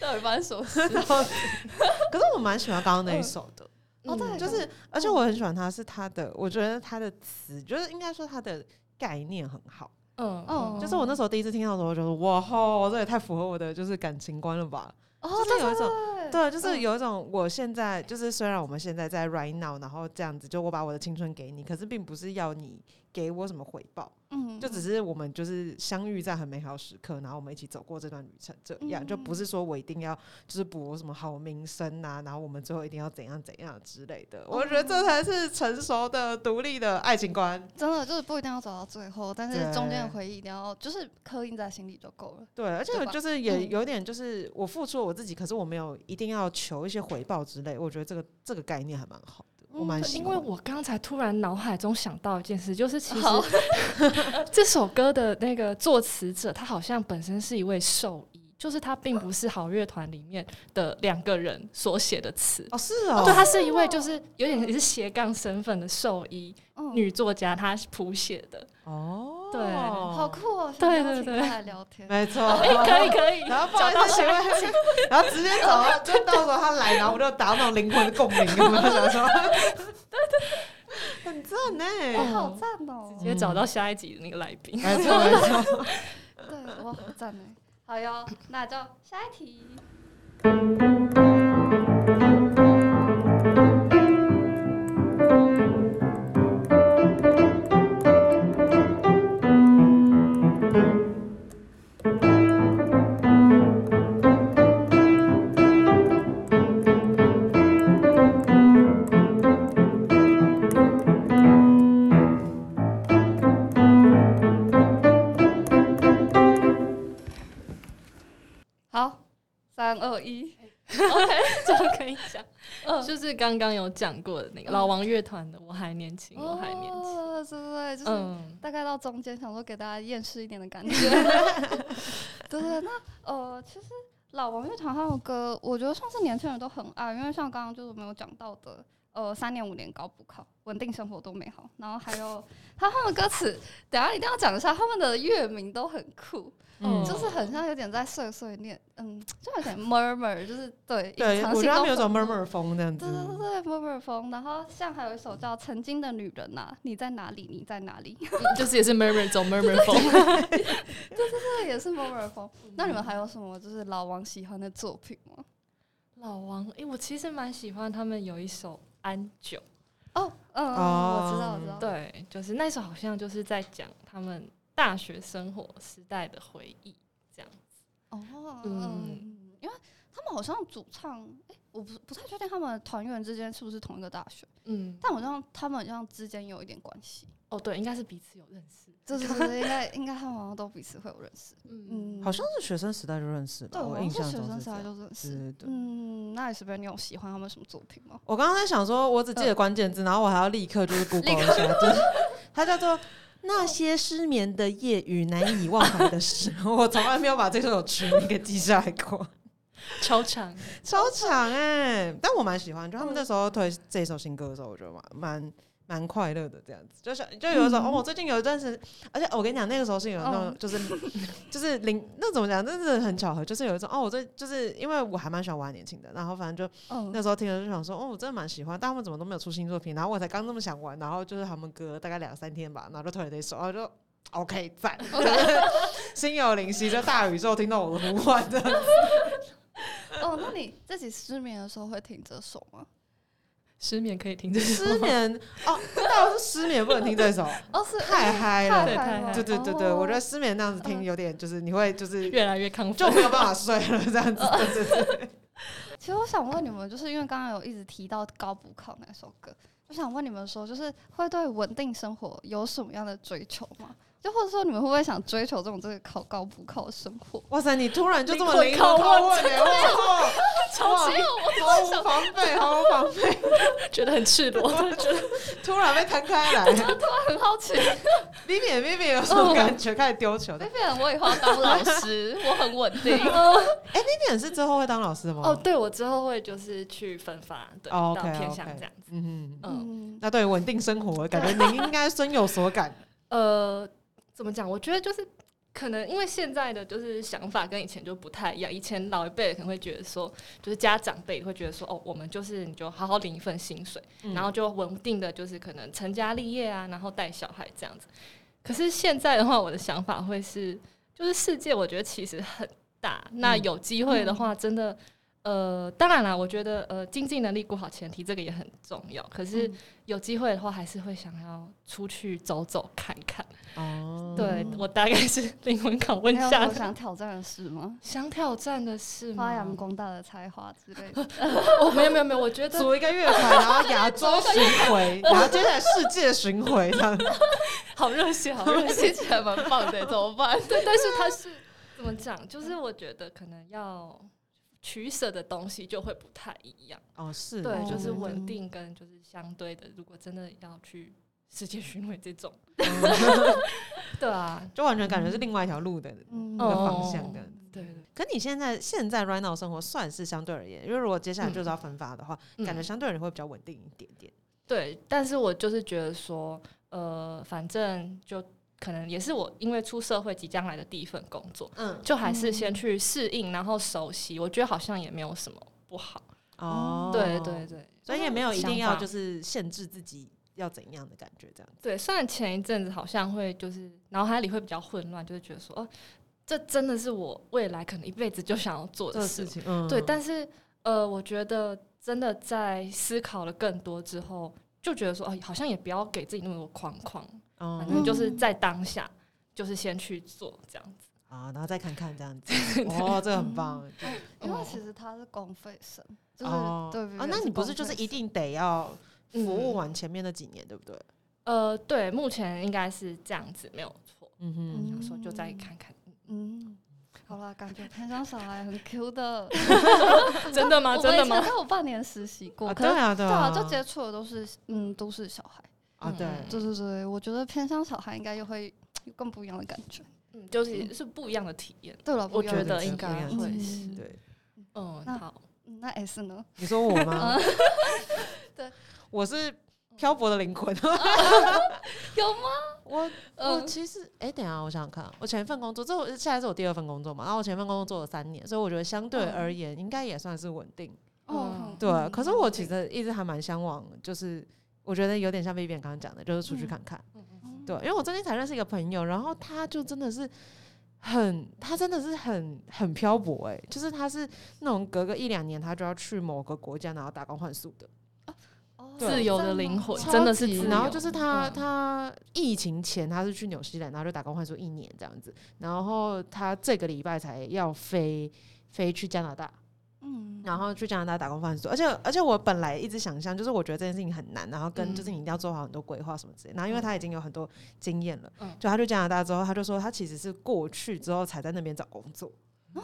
Speaker 2: 到底发生什么事？
Speaker 1: 可是我蛮喜欢刚刚那一首的，
Speaker 2: 哦对
Speaker 3: 嗯
Speaker 1: 就
Speaker 2: 刚
Speaker 1: 是而且我很喜欢他是他的，我觉得他的词就是应该说他的概念很好。
Speaker 3: 嗯
Speaker 2: 哦
Speaker 3: 嗯，
Speaker 1: 就是我那时候第一次听到的时候，我就说哇吼，这也太符合我的就是感情观了吧。
Speaker 2: 哦，
Speaker 1: 就是有一种
Speaker 2: 对
Speaker 1: 对，就是
Speaker 2: 嗯
Speaker 1: 有一种我现在就是虽然我们现在在 right now，然后这样子就我把我的青春给你，可是并不是要你给我什么回报，
Speaker 2: 嗯，
Speaker 1: 就只是我们就是相遇在很美好的时刻，然后我们一起走过这段旅程，这样就
Speaker 2: 嗯
Speaker 1: 不是说我一定要就是博什么好名声呐、然后我们最后一定要怎样怎样之类的。
Speaker 2: 哦
Speaker 1: 我觉得这才是成熟的独立的爱情观。
Speaker 2: 真的就是不一定要走到最后，但是
Speaker 1: 对
Speaker 2: 中间的回忆一定要就是刻印在心里就够了。
Speaker 1: 对，而且
Speaker 2: 对吧
Speaker 1: 就是也
Speaker 2: 嗯
Speaker 1: 有点就是我付出了我自己，可是我没有一定要求一些回报之类，我觉得这个这个概念还蛮好的，我
Speaker 2: 嗯
Speaker 1: 蛮
Speaker 2: 对
Speaker 1: 喜
Speaker 3: 因
Speaker 1: 欢
Speaker 3: 为
Speaker 1: 的。
Speaker 3: 我刚才突然脑海中想到一件事，就是其实
Speaker 2: 好
Speaker 3: 这首歌的那个作词者，他好像本身是一位兽医，就是他并不是好乐团里面的两个人所写的词。
Speaker 1: 哦，是哦，
Speaker 3: 对，他是一位就是有点也是斜杠身份的兽医
Speaker 2: 嗯，
Speaker 3: 女作家，她谱写的。
Speaker 1: 哦，
Speaker 3: 对
Speaker 2: 好酷哦！
Speaker 3: 对
Speaker 2: 想邀
Speaker 3: 对
Speaker 2: 请
Speaker 3: 对
Speaker 2: 他来聊天，
Speaker 1: 没错。
Speaker 3: 哎，可以可以，
Speaker 1: 然后不好意思，询问，然后直接找到，就到时候他来，然后我就达到那种灵魂的共鸣，有没有 想说？ 很赞呢，
Speaker 2: 哎，好赞哦
Speaker 3: 直！接找到下一集的那个来宾。
Speaker 1: 没错没 错。
Speaker 2: 对，我好赞哎！ 好哟，那就下一题。好，三二一，
Speaker 3: 这个可以讲，
Speaker 2: 嗯
Speaker 3: 就是刚刚有讲过的那个老王乐团的《我还年轻，我还年轻》。
Speaker 2: 哦，对对对，就是
Speaker 3: 嗯，
Speaker 2: 大概到中间，想说给大家厌世一点的感 觉。对对，那呃，其实老王乐团还有歌，我觉得算是年轻人都很爱，因为像刚刚就是没有讲到的，呃，三年五年高补考，稳定生活多美好，然后还有他们的歌词，等一下一定要讲一下，他们的乐名都很酷，
Speaker 3: 嗯
Speaker 2: 就是很像有点在碎碎念，嗯，就有点 murmur，就是对，
Speaker 1: 对
Speaker 2: 隐，藏
Speaker 1: 我
Speaker 2: 性
Speaker 1: 觉得他
Speaker 2: 高
Speaker 1: 们有种嗯
Speaker 2: 峰
Speaker 1: murmur 风那样子
Speaker 2: 对。对对对，murmur 风，然后像还有一首叫《曾经的女人》呐，你在哪里？你在哪里？
Speaker 3: 就是也是 murmur 走 murmur 风。
Speaker 2: 这也是 murmur 风。 那
Speaker 1: 嗯
Speaker 2: 你们还有什么就是老王喜欢的作品吗？
Speaker 3: 老王，哎、我其实蛮喜欢他们有一首《安久》，
Speaker 2: 哦，嗯，
Speaker 1: 哦
Speaker 2: 我知道，我知道。，
Speaker 3: 对，就是那首好像就是在讲他们大学生活时代的回忆，这样。
Speaker 2: 哦，嗯
Speaker 3: 嗯，
Speaker 2: 因为他们好像主唱，哎、我不不太确定他们团员之间是不是同一个大学，
Speaker 3: 嗯，
Speaker 2: 但好像他们好像之间有一点关系。
Speaker 3: 哦，对，应该是彼此有认识。
Speaker 2: 对对对，应该应该他们好像都彼此会有认识。
Speaker 3: 嗯，
Speaker 2: 嗯，
Speaker 1: 好像是学生时代就认识吧，
Speaker 2: 对，好
Speaker 1: 我
Speaker 2: 像
Speaker 1: 哦印
Speaker 2: 是
Speaker 1: 象
Speaker 2: 学
Speaker 1: 中
Speaker 2: 生
Speaker 1: 是这
Speaker 2: 时代
Speaker 1: 样。
Speaker 2: 就认识。
Speaker 1: 是的，
Speaker 2: 嗯，那你随便你有喜欢他们什么作品吗？
Speaker 1: 我刚刚在想说，我只记得关键字，然后我还要嗯立刻就是 Google 一下，就是它叫做《那些失眠的夜与难以忘怀的事》，我从来没有把这首曲名给记下来 过。
Speaker 3: 超长。
Speaker 1: 超长哎、但我蛮喜欢，就他们那时候推这首新歌的时候，我觉得蛮蛮蛮快乐的，这样子，就是就有一种、哦，我最近有一段时，而且我跟你讲，那个时候是有那种
Speaker 2: 嗯
Speaker 1: 就是就是零那怎么讲，真是很巧合，就是有一种哦，我最就是因为我还蛮喜欢我还年轻的，然后反正就
Speaker 2: 嗯，
Speaker 1: 那时候听了就想说，哦，我真的蛮喜欢，但他们怎么都没有出新作品，然后我才刚这么想玩，然后就是他们隔大概两三天吧，然后就推了这一首，然后就 OK 赞， 心有灵犀，就大宇宙听到我的呼唤这样子
Speaker 2: 哦，那你自己失眠的时候会听这首吗？
Speaker 3: 失眠可以 听这首
Speaker 1: 失眠哦，那我是失眠不能听 这首，
Speaker 2: 哦，是
Speaker 1: 太嗨
Speaker 2: 太
Speaker 1: 了。
Speaker 2: 嗨了，
Speaker 1: 对对对对，
Speaker 2: 哦
Speaker 1: 我觉得失眠那样子听
Speaker 2: 嗯
Speaker 1: 有点就是你会就是
Speaker 3: 越来越亢奋
Speaker 1: 就。没有办法睡了这样子。
Speaker 3: 哦
Speaker 1: 对对对，
Speaker 2: 其实我想问你们，就是因为刚刚有一直提到高补考那首歌，我想问你们说，就是会对稳定生活有什么样的追求吗？就或者说你们会不会想追求这种这个考高补考的生 活？
Speaker 1: 哇塞，你突然就这么
Speaker 3: 灵
Speaker 1: 灵
Speaker 3: 魂
Speaker 1: 魂
Speaker 3: 拷
Speaker 1: 拷
Speaker 3: 问啊
Speaker 1: 问欸，哇，
Speaker 3: 超级
Speaker 1: 毫无防备，毫无防备，
Speaker 3: 觉得很赤 裸，就觉得
Speaker 1: 突然被摊开 来。
Speaker 2: 很好奇，
Speaker 1: v i v i a v i v i 有什么感觉？开始丢球的
Speaker 2: 菲。菲，我以后要当老 师，我很稳定。
Speaker 1: 哎 v i v i 是之后会当老师的吗？
Speaker 3: 哦，对我之后会就是去分发，对，
Speaker 1: 哦
Speaker 3: 到
Speaker 1: ，OK，
Speaker 3: 偏
Speaker 1: OK
Speaker 3: 向这样子，
Speaker 1: 嗯，
Speaker 3: 嗯。
Speaker 2: 嗯，
Speaker 1: 那对于稳定生活，感觉您应该深有所感。
Speaker 3: 呃，怎么讲？我觉得就是可能因为现在的就是想法跟以前就不太一样。以前老一辈可能会觉得说，就是家长辈会觉得说，哦，我们就是你就好好领一份薪水，
Speaker 1: 嗯
Speaker 3: 然后就稳定的就是可能成家立业啊，然后带小孩这样子。可是现在的话，我的想法会是，就是世界我觉得其实很大，那
Speaker 1: 嗯
Speaker 3: 有机会的话，真的。呃，当然啦，我觉得呃，经济能力顾好前提这个也很重要。可是
Speaker 1: 嗯
Speaker 3: 有机会的话，还是会想要出去走走看看。
Speaker 1: 哦，
Speaker 3: 对我大概是 灵魂拷问
Speaker 2: 还有什
Speaker 3: 下
Speaker 2: 么
Speaker 3: 的。
Speaker 2: 想挑战的事吗？
Speaker 3: 想挑战的是吗
Speaker 2: 发扬光大的才华之类的，
Speaker 3: 哦，没有没有没有，我觉得
Speaker 1: 组一个乐团，然后亚洲巡回，然后接下来世界巡回这样。
Speaker 3: 好热血，好热血。
Speaker 2: 听起来蛮棒的，怎么办？
Speaker 3: 对，但是它是怎么讲？就是我觉得可能要取舍的东西就会不太一样。
Speaker 1: 哦，是，
Speaker 3: 对，
Speaker 2: 哦
Speaker 3: 就是
Speaker 2: 我
Speaker 3: 稳定跟就是相对的，如果真的要去世界巡回这 种，对啊，
Speaker 1: 就完全感觉是另外一条路的
Speaker 2: 嗯
Speaker 1: 一个方向的。
Speaker 3: 对对
Speaker 1: 可你现在现在 right now 生活算是相对而言，因为如果接下来就是要分发的话，
Speaker 3: 嗯
Speaker 1: 感觉相对而言会比较稳定一点点。
Speaker 3: 对，但是我就是觉得说，呃，反正就可能也是我因为出社会即将来的第一份工作，
Speaker 1: 嗯，
Speaker 3: 就还是先去适应，然后熟悉，我觉得好像也没有什么不好。
Speaker 1: 哦，
Speaker 3: 对对，对
Speaker 1: 所以也没有一定要就是是限制自己要怎样的感觉这样。
Speaker 3: 对。虽然前一阵子好像会就是脑海里会比较混乱，就是觉得说，哦，这真的是我未来可能一辈子就想要做的事。
Speaker 1: 情，嗯
Speaker 3: 对，但是呃，我觉得真的在思考了更多之后，就觉得说，哦，好像也不要给自己那么多框框，
Speaker 1: 哦
Speaker 3: 反
Speaker 2: 嗯
Speaker 3: 正就是在当下，就是先去做这样子。
Speaker 1: 啊，然后再看看这样子，哦，这个很棒。
Speaker 2: 因为其实他是公费生，就是
Speaker 1: 哦，
Speaker 2: 对
Speaker 1: 啊，那你不是就是一？定得要服务
Speaker 3: 嗯
Speaker 1: 完前面的几年，对不对？
Speaker 3: 呃，对，目前应该是这样子，没有错。
Speaker 1: 嗯哼，
Speaker 3: 想说就再看看，
Speaker 2: 嗯，好啦，感觉偏向小孩很 Q 的，
Speaker 3: 真的
Speaker 2: 嗯
Speaker 3: 吗？
Speaker 2: 我
Speaker 3: 啊真的
Speaker 2: 我
Speaker 3: 吗
Speaker 2: 以？前都有半年实习过，
Speaker 1: 啊，
Speaker 2: 可
Speaker 1: 对
Speaker 2: 是
Speaker 1: 啊，对
Speaker 2: 对
Speaker 1: 啊，
Speaker 2: 啊，就接触的都是嗯都是小孩，
Speaker 1: 啊，对，
Speaker 3: 嗯
Speaker 2: 对对对，我觉得偏向小孩应该又会有更不一样的感觉。
Speaker 3: 嗯，就是是不一样的体验。
Speaker 2: 对了，
Speaker 3: 我
Speaker 2: 哦不一样
Speaker 3: 觉
Speaker 2: 的
Speaker 3: 得
Speaker 2: 体验
Speaker 3: 应该
Speaker 1: 不
Speaker 2: 一样
Speaker 3: 会
Speaker 2: 的
Speaker 3: 是
Speaker 2: 嗯，
Speaker 1: 对。
Speaker 3: 嗯，
Speaker 2: 那
Speaker 3: 好，
Speaker 2: 嗯那 S 呢？
Speaker 1: 你说我吗？
Speaker 2: 对，
Speaker 1: 我是漂泊的灵魂。
Speaker 2: 有吗？
Speaker 1: 我我
Speaker 2: 嗯
Speaker 1: 其实哎、等一下，我想想看啊，我前一份工作，这我现在是我第二份工作嘛，然后我前一份工作做了三年，所以我觉得相对而言应该也算是稳定。
Speaker 2: 哦
Speaker 3: 嗯，
Speaker 1: 对，啊
Speaker 2: 嗯
Speaker 1: 可是我其实一直还蛮向往，就是我觉得有点像 Vivian 刚刚讲的，就是出去
Speaker 2: 嗯
Speaker 1: 看看。
Speaker 2: 嗯
Speaker 1: 对，因为我最近才认识一个朋友，然后他就真的是很，他真的是很很漂泊哎、就是他是那种隔个一两年他就要去某个国家然后打工换宿的，
Speaker 2: 哦
Speaker 1: 对
Speaker 3: 自由的灵魂
Speaker 1: 超
Speaker 3: 真的是
Speaker 2: 级
Speaker 3: 自由，
Speaker 1: 然后就是他，
Speaker 3: 嗯
Speaker 1: 他疫情前他是去纽西兰，然后就打工换宿一年这样子，然后他这个礼拜才要飞飞去加拿大，
Speaker 2: 嗯
Speaker 1: 然后去加拿大打工换宿，而且而且我本来一直想象，就是我觉得这件事情很难，然后跟
Speaker 3: 嗯
Speaker 1: 就是你一定要做好很多规划什么之类的。然后因为
Speaker 3: 嗯
Speaker 1: 他已经有很多经验了，
Speaker 3: 嗯
Speaker 1: 就他去加拿大之后，他就说他其实是过去之后才在那边找工作，
Speaker 2: 哇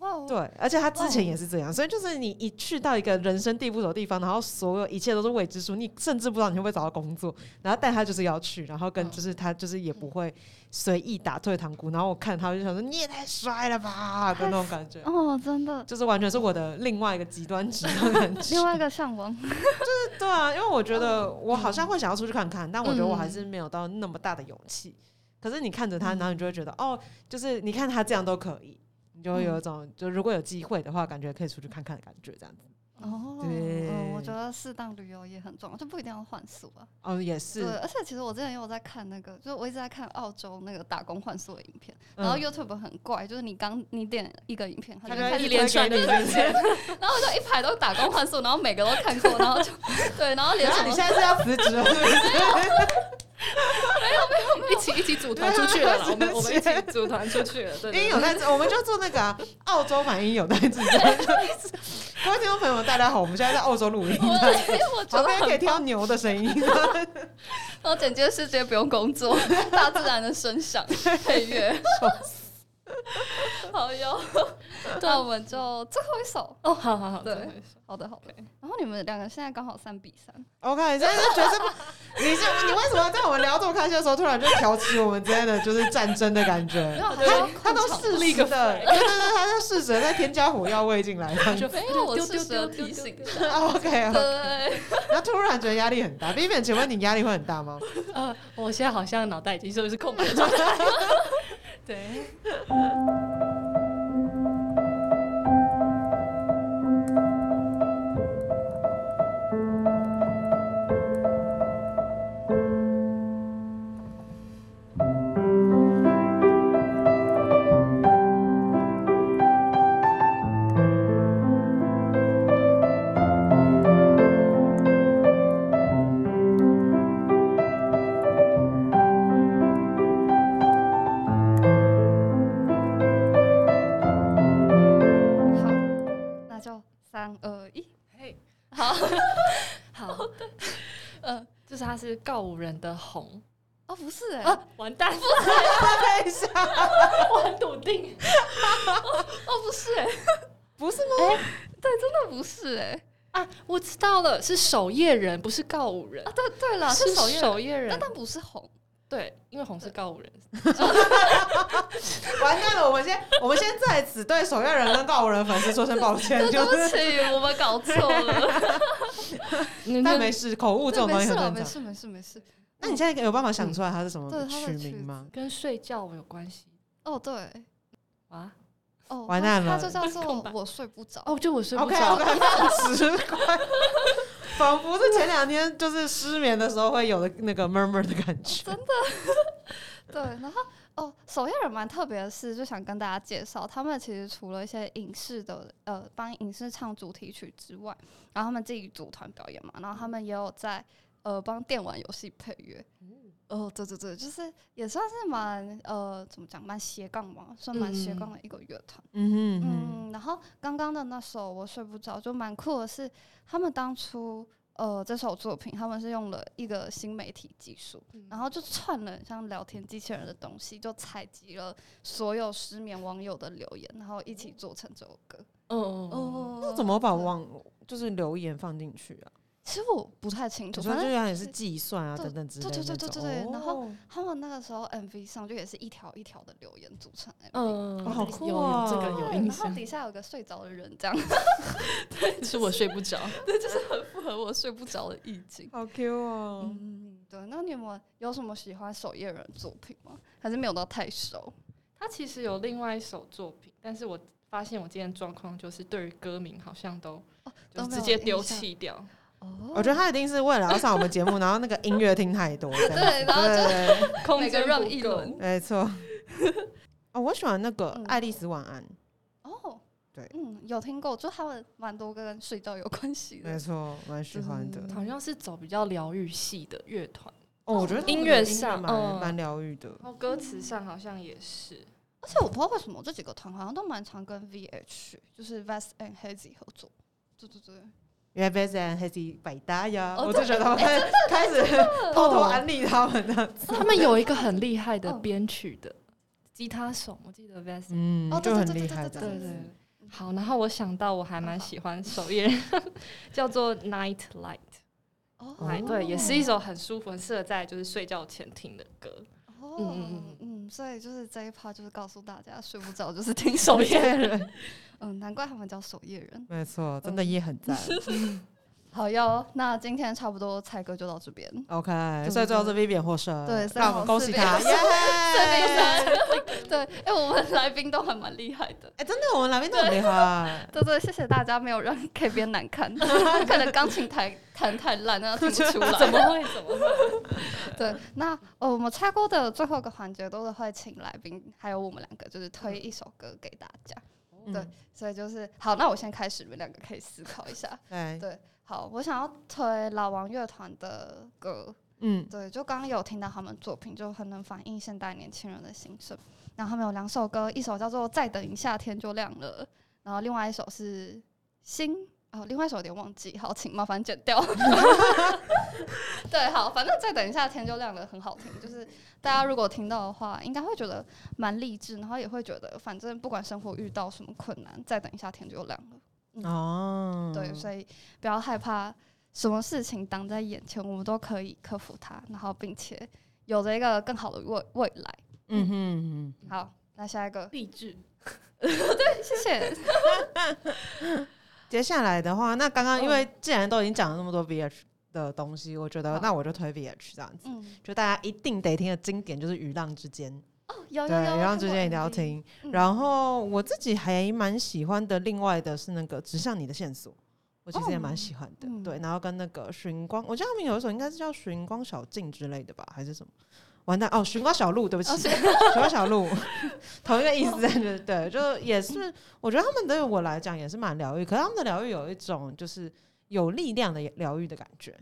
Speaker 2: 哦，
Speaker 1: 对，而且他之前
Speaker 2: 哦
Speaker 1: 也是这样，所以就是你一去到一个人生地不熟的地方，然后所有一切都是未知数，你甚至不知道你会不会找到工作，然后但他就是要去，然后跟
Speaker 3: 嗯
Speaker 1: 就是他就是也不会随意打退堂鼓，然后我看他我就想说你也太帅了吧的那种感觉。
Speaker 2: 哦，真的，
Speaker 1: 就是完全是我的另外一个极端值的感觉，
Speaker 2: 另外一个向往，
Speaker 1: 对啊，因为我觉得我好像会想要出去看看，但我觉得我还是没有到那么大的勇气。可是你看着他，然后你就会觉得，哦，就是你看他这样都可以，你就会有一种，就如果有机会的话，感觉可以出去看看的感觉，这样子。
Speaker 2: 哦，
Speaker 1: 对
Speaker 2: 嗯，我觉得适当旅游也很重要，就不一定要换宿啊。
Speaker 1: 哦，也
Speaker 2: 对，
Speaker 1: 是，
Speaker 2: 而且其实我之前也有在看那个，就是我一直在看澳洲那个打工换宿的影片，然后
Speaker 1: 嗯
Speaker 2: YouTube 很怪，就是你刚你点一个影片，它
Speaker 1: 他
Speaker 2: 就
Speaker 1: 就
Speaker 2: 开
Speaker 1: 会
Speaker 2: 始
Speaker 3: 一连串的
Speaker 1: 推给你，是不是
Speaker 2: 然后我就一排都打工换宿，然后每个都看过，然后就对，然后连
Speaker 1: 然
Speaker 2: 什
Speaker 1: 后
Speaker 2: 么
Speaker 1: 你现在是要辞职了，是不是？
Speaker 2: 没有没有没
Speaker 3: 嗯一起一起组团出去了啦，我们我们一起组团出去 了，
Speaker 1: 英
Speaker 3: 对对
Speaker 1: 有
Speaker 3: 对。
Speaker 1: 代志，我们就做那个、啊、澳洲版英有代志。各位听众朋友们，大家好，我们现在在澳洲录音，
Speaker 2: 我我觉
Speaker 1: 旁
Speaker 2: 得
Speaker 1: 边可以
Speaker 2: 很
Speaker 1: 听到
Speaker 2: 棒，
Speaker 1: 牛的声音。
Speaker 2: 然后整件事直接不用工作， 大自然的 声响配乐，好哟。那我们就最后一首，
Speaker 3: 哦，好好好，
Speaker 2: 对
Speaker 3: 真的是
Speaker 2: 好的好的。然后你们两个现在刚好三比三，
Speaker 1: OK，现在是觉得不你是你为什么在我们聊这么开心的时候，突然就挑起我们之间的就是战争的感觉？
Speaker 2: 没有，
Speaker 1: 他他
Speaker 2: 他
Speaker 1: 都适时的，对对对，他就适时地在添加火药味进来。
Speaker 3: 就
Speaker 2: 没有，我
Speaker 3: 丢
Speaker 2: 适
Speaker 3: 丢
Speaker 2: 时的
Speaker 3: 丢
Speaker 2: 提醒一
Speaker 3: 丢
Speaker 2: 下。
Speaker 1: OK，
Speaker 2: 对，
Speaker 1: 然后突然觉得压力很大。B B，请问你压力会很大吗？
Speaker 3: 丢呃，我现在好像脑袋已经是不是空白的状态？ 对，
Speaker 2: 好，那就三二一，
Speaker 3: 嘿，
Speaker 2: 好，
Speaker 3: 好， 呃
Speaker 2: 嗯，
Speaker 3: 就是他是告五人的红
Speaker 2: 哦，不是哎，
Speaker 3: 啊，完蛋，
Speaker 1: 等一下，
Speaker 3: 我很笃 定，
Speaker 2: 哦，不是哎，
Speaker 3: 欸
Speaker 1: 不是吗？
Speaker 2: 对，真的不是哎，
Speaker 3: 啊，我知道了，是守夜人，不是告五人
Speaker 2: 啊，，对对了，
Speaker 3: 是
Speaker 2: 是首页，
Speaker 3: 守夜
Speaker 2: 但
Speaker 3: 人，
Speaker 2: 但不是红，
Speaker 3: 对，因为红是告五人，
Speaker 2: 哎
Speaker 1: 完蛋了！我们先我们先在此对守夜人跟告五人粉丝说声抱歉，
Speaker 2: 对，对
Speaker 1: 就
Speaker 2: 不
Speaker 1: 是
Speaker 2: 起，我们搞错了，
Speaker 3: 嗯
Speaker 1: 但没事，口误这
Speaker 2: 对，
Speaker 1: 种东
Speaker 2: 没
Speaker 1: 西
Speaker 2: 事
Speaker 1: 很
Speaker 2: 了，
Speaker 1: 正
Speaker 2: 没
Speaker 1: 常。
Speaker 2: 事没事没事，
Speaker 1: 那你现在有办法想出来它是什么
Speaker 2: 对它的
Speaker 1: 取
Speaker 2: 曲
Speaker 1: 名吗？
Speaker 3: 跟睡觉有关系
Speaker 2: 哦对，
Speaker 3: 啊？
Speaker 2: 哦，
Speaker 1: 完
Speaker 2: 它
Speaker 1: 蛋
Speaker 2: 它
Speaker 1: 了
Speaker 2: 就叫 做
Speaker 3: 空白
Speaker 2: 我睡不着，
Speaker 3: 哦，就我睡不
Speaker 1: OK
Speaker 3: 着
Speaker 1: OK，放十块，仿佛是前两天就是失眠的时候会有的那个 murmur 的感觉。
Speaker 2: 对，然后哦，首页人蛮特别的是，就想跟大家介绍，他们其实除了一些影视的呃帮影视唱主题曲之外，然后他们自己组团表演嘛，然后他们也有在呃帮电玩游戏配乐。
Speaker 3: 嗯
Speaker 2: 哦，对对对，就是也算是蛮呃怎么讲，蛮斜杠嘛，算蛮斜杠
Speaker 3: 嗯
Speaker 2: 的一个乐团。
Speaker 1: 嗯哼
Speaker 2: 嗯，然后刚刚的那首我睡不着就蛮酷的是，他们当初呃这首作品他们是用了一个新媒体技术，然后就串了很像聊天机器人的东西，就采集了所有失眠网友的留言，然后一起做成这首歌。
Speaker 3: 嗯哦，
Speaker 2: 哦
Speaker 1: 那怎么把网就是留言放进去啊？
Speaker 2: 其实我不太清楚，
Speaker 1: 主要
Speaker 2: 反
Speaker 1: 就
Speaker 2: 正
Speaker 1: 有点是
Speaker 2: 是
Speaker 1: 计算啊
Speaker 2: 对
Speaker 1: 等等之类的
Speaker 2: 对
Speaker 1: 那种。
Speaker 2: 对对对对对然后
Speaker 1: 哦
Speaker 2: 他们那个时候 MV 上就也是一条一条的留言组成 MV。
Speaker 3: 嗯，
Speaker 1: 哦好酷
Speaker 3: 有
Speaker 1: 哦
Speaker 3: 有这个
Speaker 2: 对
Speaker 3: 有印
Speaker 2: 然后
Speaker 3: 象，
Speaker 2: 底下有个睡着的人，这样
Speaker 3: 是我睡不着。
Speaker 2: 对，就是很符合我睡不着的意境。
Speaker 1: 好 Q 哦！
Speaker 2: 嗯，对。那你有没有有什么喜欢守夜人的作品吗？还是没有到太熟？
Speaker 3: 他其实有另外一首作品，但是我发现我今天的状况就是对于歌名好像都
Speaker 2: 哦，
Speaker 3: 就
Speaker 2: 都没
Speaker 3: 是直
Speaker 2: 有
Speaker 3: 接
Speaker 2: 印
Speaker 3: 丢
Speaker 2: 象
Speaker 3: 弃掉。
Speaker 2: 哦。
Speaker 1: 我觉得他一定是为了要上我们节目，然后那个音乐听太多。这样子
Speaker 2: 对然后就
Speaker 1: 对对
Speaker 3: 空
Speaker 2: 每个
Speaker 3: 间
Speaker 2: 让
Speaker 3: 不
Speaker 2: 一
Speaker 3: 够
Speaker 2: 轮
Speaker 1: 对没错。哦，我喜欢那个
Speaker 2: 嗯
Speaker 1: 《爱丽丝晚安》，
Speaker 2: 哦，
Speaker 1: 对
Speaker 2: 嗯，有听过，就他们蛮多跟睡觉有关系
Speaker 1: 没
Speaker 2: 的。
Speaker 1: 错，蛮喜欢的。
Speaker 3: 好像是走比较疗愈系的乐团，
Speaker 1: 哦，我觉得
Speaker 3: 音乐上
Speaker 1: 蛮
Speaker 3: 嗯
Speaker 1: 蛮疗愈的。
Speaker 3: 然后歌词上好像也是。
Speaker 2: 而且我不知道为什么这几个团好像都蛮常跟 VH，就是 Vast and Hazy 合作。对对对，
Speaker 1: 因为 Vest and Hazy 百搭呀，
Speaker 2: 哦
Speaker 1: 我就觉得他们开 开始偷偷安利他们的，
Speaker 3: 他们有一个很厉害的
Speaker 2: 哦
Speaker 3: 编曲的吉他手，我记得 v e s
Speaker 1: 嗯
Speaker 2: 哦，对
Speaker 1: 就
Speaker 2: 对
Speaker 1: 很
Speaker 2: 对对
Speaker 1: 厉
Speaker 2: 对
Speaker 1: 害
Speaker 2: 对
Speaker 1: 的。
Speaker 3: 对
Speaker 2: 对
Speaker 3: 对
Speaker 2: 对。
Speaker 3: 好，然后我想到我还蛮喜欢首页， 叫做 Night Light，、
Speaker 2: 哦
Speaker 3: 哎，对，也是一首很舒服、很适合在就是睡觉前听的歌。
Speaker 2: 哦，
Speaker 3: 嗯嗯
Speaker 2: 嗯
Speaker 3: 嗯
Speaker 2: 嗯，所以就是这一趴就是告诉大家，睡不着就是听
Speaker 3: 首
Speaker 2: 守
Speaker 3: 页
Speaker 2: 夜人。
Speaker 3: 人，
Speaker 2: 嗯，难怪他们叫守夜人。
Speaker 1: 没错，真的也很赞。
Speaker 2: 好哟，那今天差不多猜歌就到这边。
Speaker 1: OK，所以最后是 Vivian 获胜，
Speaker 2: 对三
Speaker 1: 让我
Speaker 2: 好
Speaker 1: 们恭
Speaker 2: 四
Speaker 1: 喜
Speaker 2: 比
Speaker 1: 他，
Speaker 2: 四
Speaker 1: 耶！
Speaker 2: 对，哎、我们来宾都还蛮厉害的。
Speaker 1: 哎，真的，我们来宾都很厉害，
Speaker 2: 对对，谢谢大家没有让 K 边难 看，可能钢琴弹弹太烂，那听不出 来。
Speaker 3: 怎么会？怎么会？
Speaker 2: 对，那呃我们猜歌的最后一个环节都是会请来宾，还有我们两个就是推一首歌给大家。对
Speaker 1: 嗯，
Speaker 2: 所以就是好，那我先开始，你们两个可以思考一下。
Speaker 1: 对，
Speaker 2: 对，好，我想要推老王乐团的歌，
Speaker 1: 嗯，
Speaker 2: 对，就刚刚有听到他们作品，就很能反映现代年轻人的心声。然后他们有两首歌，一首叫做《再等一夏天就亮了》，然后另外一首是《心》，哦，另外一首有点忘记，好，请麻烦剪掉。 对，好，反正再等一夏天就亮了，很好听。就是大家如果听到的话，应该会觉得蛮励志，然后也会觉得，反正不管生活遇到什么困难，再等一夏天就亮了。
Speaker 1: 哦，
Speaker 2: 对，所以不要害怕什么事情挡在眼前，我们都可以克服它，然后并且有着一个更好的未未来。
Speaker 1: 嗯哼嗯哼，
Speaker 2: 好，那下一个，
Speaker 3: 励志。
Speaker 2: 谢谢。
Speaker 1: 接下来的话，那刚刚因
Speaker 3: 嗯
Speaker 1: 为既然都已经讲了那么多 VH 的东西，我觉得
Speaker 2: 好
Speaker 1: 那我就推 VH 这样子，
Speaker 2: 嗯，
Speaker 1: 就大家一定得听的经典就是《鱼浪之间》。
Speaker 2: 哦，有有
Speaker 1: 对，
Speaker 2: 有，
Speaker 1: 然后
Speaker 2: 后
Speaker 1: 之前一定要听。
Speaker 2: 嗯
Speaker 1: 然后我自己还蛮喜欢的，另外的是那个《指向你的线索》，我其实也蛮喜欢的。
Speaker 2: 嗯
Speaker 1: 对，然后跟那个《寻光》，我记得他们有一首应该是叫《寻光小径》之类的吧，还是什么？完蛋哦，《寻光小路》，对不起，
Speaker 2: 哦
Speaker 1: 寻光小路》 同一个意思，但是对，就也是我觉得他们对我来讲也是蛮疗愈，可是他们的疗愈有一种就是有力量的疗愈的感觉。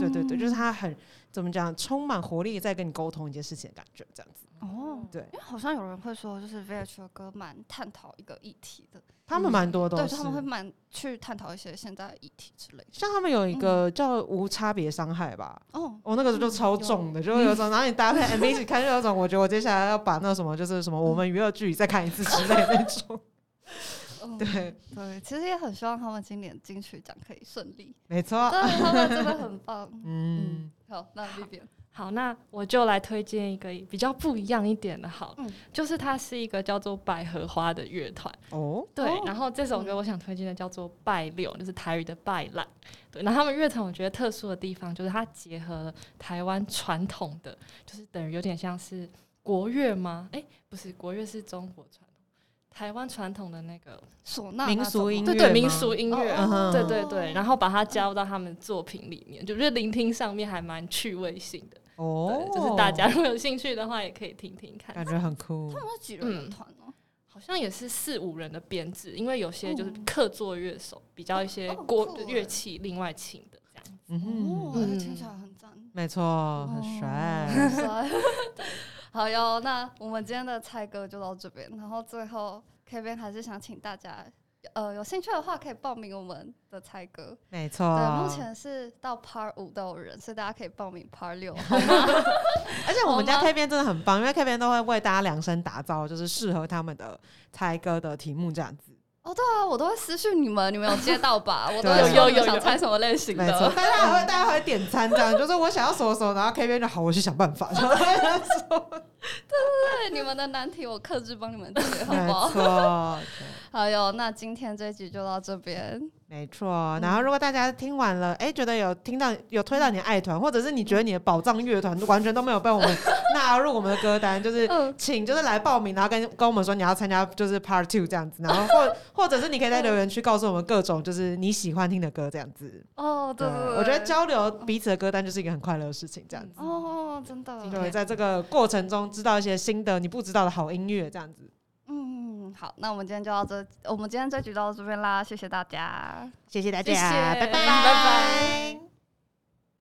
Speaker 1: 对对对，就是
Speaker 2: 嗯
Speaker 1: 他很怎么讲，充满活力在跟你沟通一件事情的感觉，这样子。
Speaker 2: 哦。
Speaker 1: 对
Speaker 2: 因为好像有人会说，就是 VH 的歌蛮探讨一个议题的，
Speaker 1: 他们
Speaker 2: 嗯
Speaker 1: 蛮多都
Speaker 2: 对，
Speaker 1: 是
Speaker 2: 就他们会蛮去探讨一些现在的议题之类的。
Speaker 1: 像他们有一个叫无差别伤害吧，
Speaker 2: 哦，
Speaker 1: 我、那个时候就超重的，就有一种，然后你搭配 MV 一起看，就有一种我觉得我接下来要把那什么就是什么我们娱乐剧再看一次之类的那种。
Speaker 2: 嗯
Speaker 1: 对，
Speaker 2: 对，其实也很希望他们今年金曲奖可以顺利，
Speaker 1: 没错，
Speaker 2: 对，他们真的 很棒。
Speaker 1: 嗯，
Speaker 2: 好，那 B B，
Speaker 3: 好，那我就来推荐一个比较不一样一点的，好了，
Speaker 2: 嗯
Speaker 3: 就是它是一个叫做百合花的乐团。
Speaker 1: 哦，
Speaker 3: 对，
Speaker 2: 哦
Speaker 3: 然后这首歌
Speaker 2: 嗯
Speaker 3: 我想推荐的叫做《拜六》，就是台语的“拜烂”。对，然后他们乐团我觉得特殊的地方就是它结合了台湾传统的，就是等于有点像是国乐吗？哎，不是，国乐是中国传统，台湾传统的那个
Speaker 2: 唢呐
Speaker 1: 民
Speaker 2: 那
Speaker 1: 俗
Speaker 2: 种
Speaker 1: 音
Speaker 2: 吗
Speaker 3: 对
Speaker 1: 乐
Speaker 3: 对民
Speaker 1: 吗
Speaker 3: 俗音乐，
Speaker 1: 哦哦
Speaker 3: 对对对，然
Speaker 2: 后
Speaker 3: 后把它加入到他们作品里面，就是聆听上面还蛮趣味性的。
Speaker 1: 哦
Speaker 3: 对，，就是大家如果有兴趣的话，也可以听听看。
Speaker 1: 感觉很酷，
Speaker 2: 那几人的
Speaker 3: 嗯
Speaker 2: 团哦，
Speaker 3: 好像也是四五人的编制，因为有些就是
Speaker 2: 嗯
Speaker 3: 客座乐手，比较一些
Speaker 2: 哦哦
Speaker 3: 国
Speaker 2: 酷耶
Speaker 3: 乐器另外请的这样。
Speaker 1: 嗯
Speaker 2: 哦，
Speaker 1: 哼，
Speaker 2: 那听起来很赞，
Speaker 1: 没错，很帅。
Speaker 2: 很帅。 好哟，那我们今天的猜歌就到这边，然后最后 Kevin 还是想请大家，呃，有兴趣的话可以报名我们的猜歌。
Speaker 1: 没
Speaker 2: 对，目
Speaker 1: 错，
Speaker 2: 前是到 Part 五都有人，所以大家可以报名 Part 六。
Speaker 1: 而且我们家
Speaker 2: 好吗
Speaker 1: K 边真的很棒，因为 K 边都会为大家量身打造，就是适合他们的猜歌的题目这样子。
Speaker 2: 啊，我都会私讯你们，你们有接到吧？我都
Speaker 1: 对啊
Speaker 2: 有
Speaker 1: 有
Speaker 2: 说你们
Speaker 3: 有
Speaker 2: 想
Speaker 3: 有
Speaker 2: 猜什么类型
Speaker 1: 没错，
Speaker 2: 的。
Speaker 1: 大家还会大家还会点餐这样，就是我想要什么什么，然后 K B 就好，我去想办法。
Speaker 2: 对，你们的难题我克制帮你们解，好
Speaker 1: 没
Speaker 2: 不好？
Speaker 1: 错，
Speaker 2: 好哟，那今天这集就到这边。
Speaker 1: 没错。然后如果大家听完了，哎、觉得有听到有推到你的爱团，或者是你觉得你的宝藏乐团完全都没有被我们 纳入我们的歌单，就是
Speaker 2: 嗯
Speaker 1: 请就是来报名，然后跟跟我们说你要参加就是 Part Two 这样子，然后或或者是你可以在留言区告诉我们各种就是你喜欢听的歌这样子。
Speaker 2: 哦，对对对，
Speaker 1: 嗯我觉得交流彼此的歌单就是一个很快乐的事情，这样子。
Speaker 2: 哦，真的，
Speaker 1: 对，在这个过程中知道一些新的你不知道的好音乐，这样子。
Speaker 2: 嗯，好，那我们今天就到这，我们今天这局到这边啦，谢谢大家。
Speaker 1: 谢谢大家，
Speaker 3: 谢谢
Speaker 1: 拜拜，
Speaker 3: 拜拜。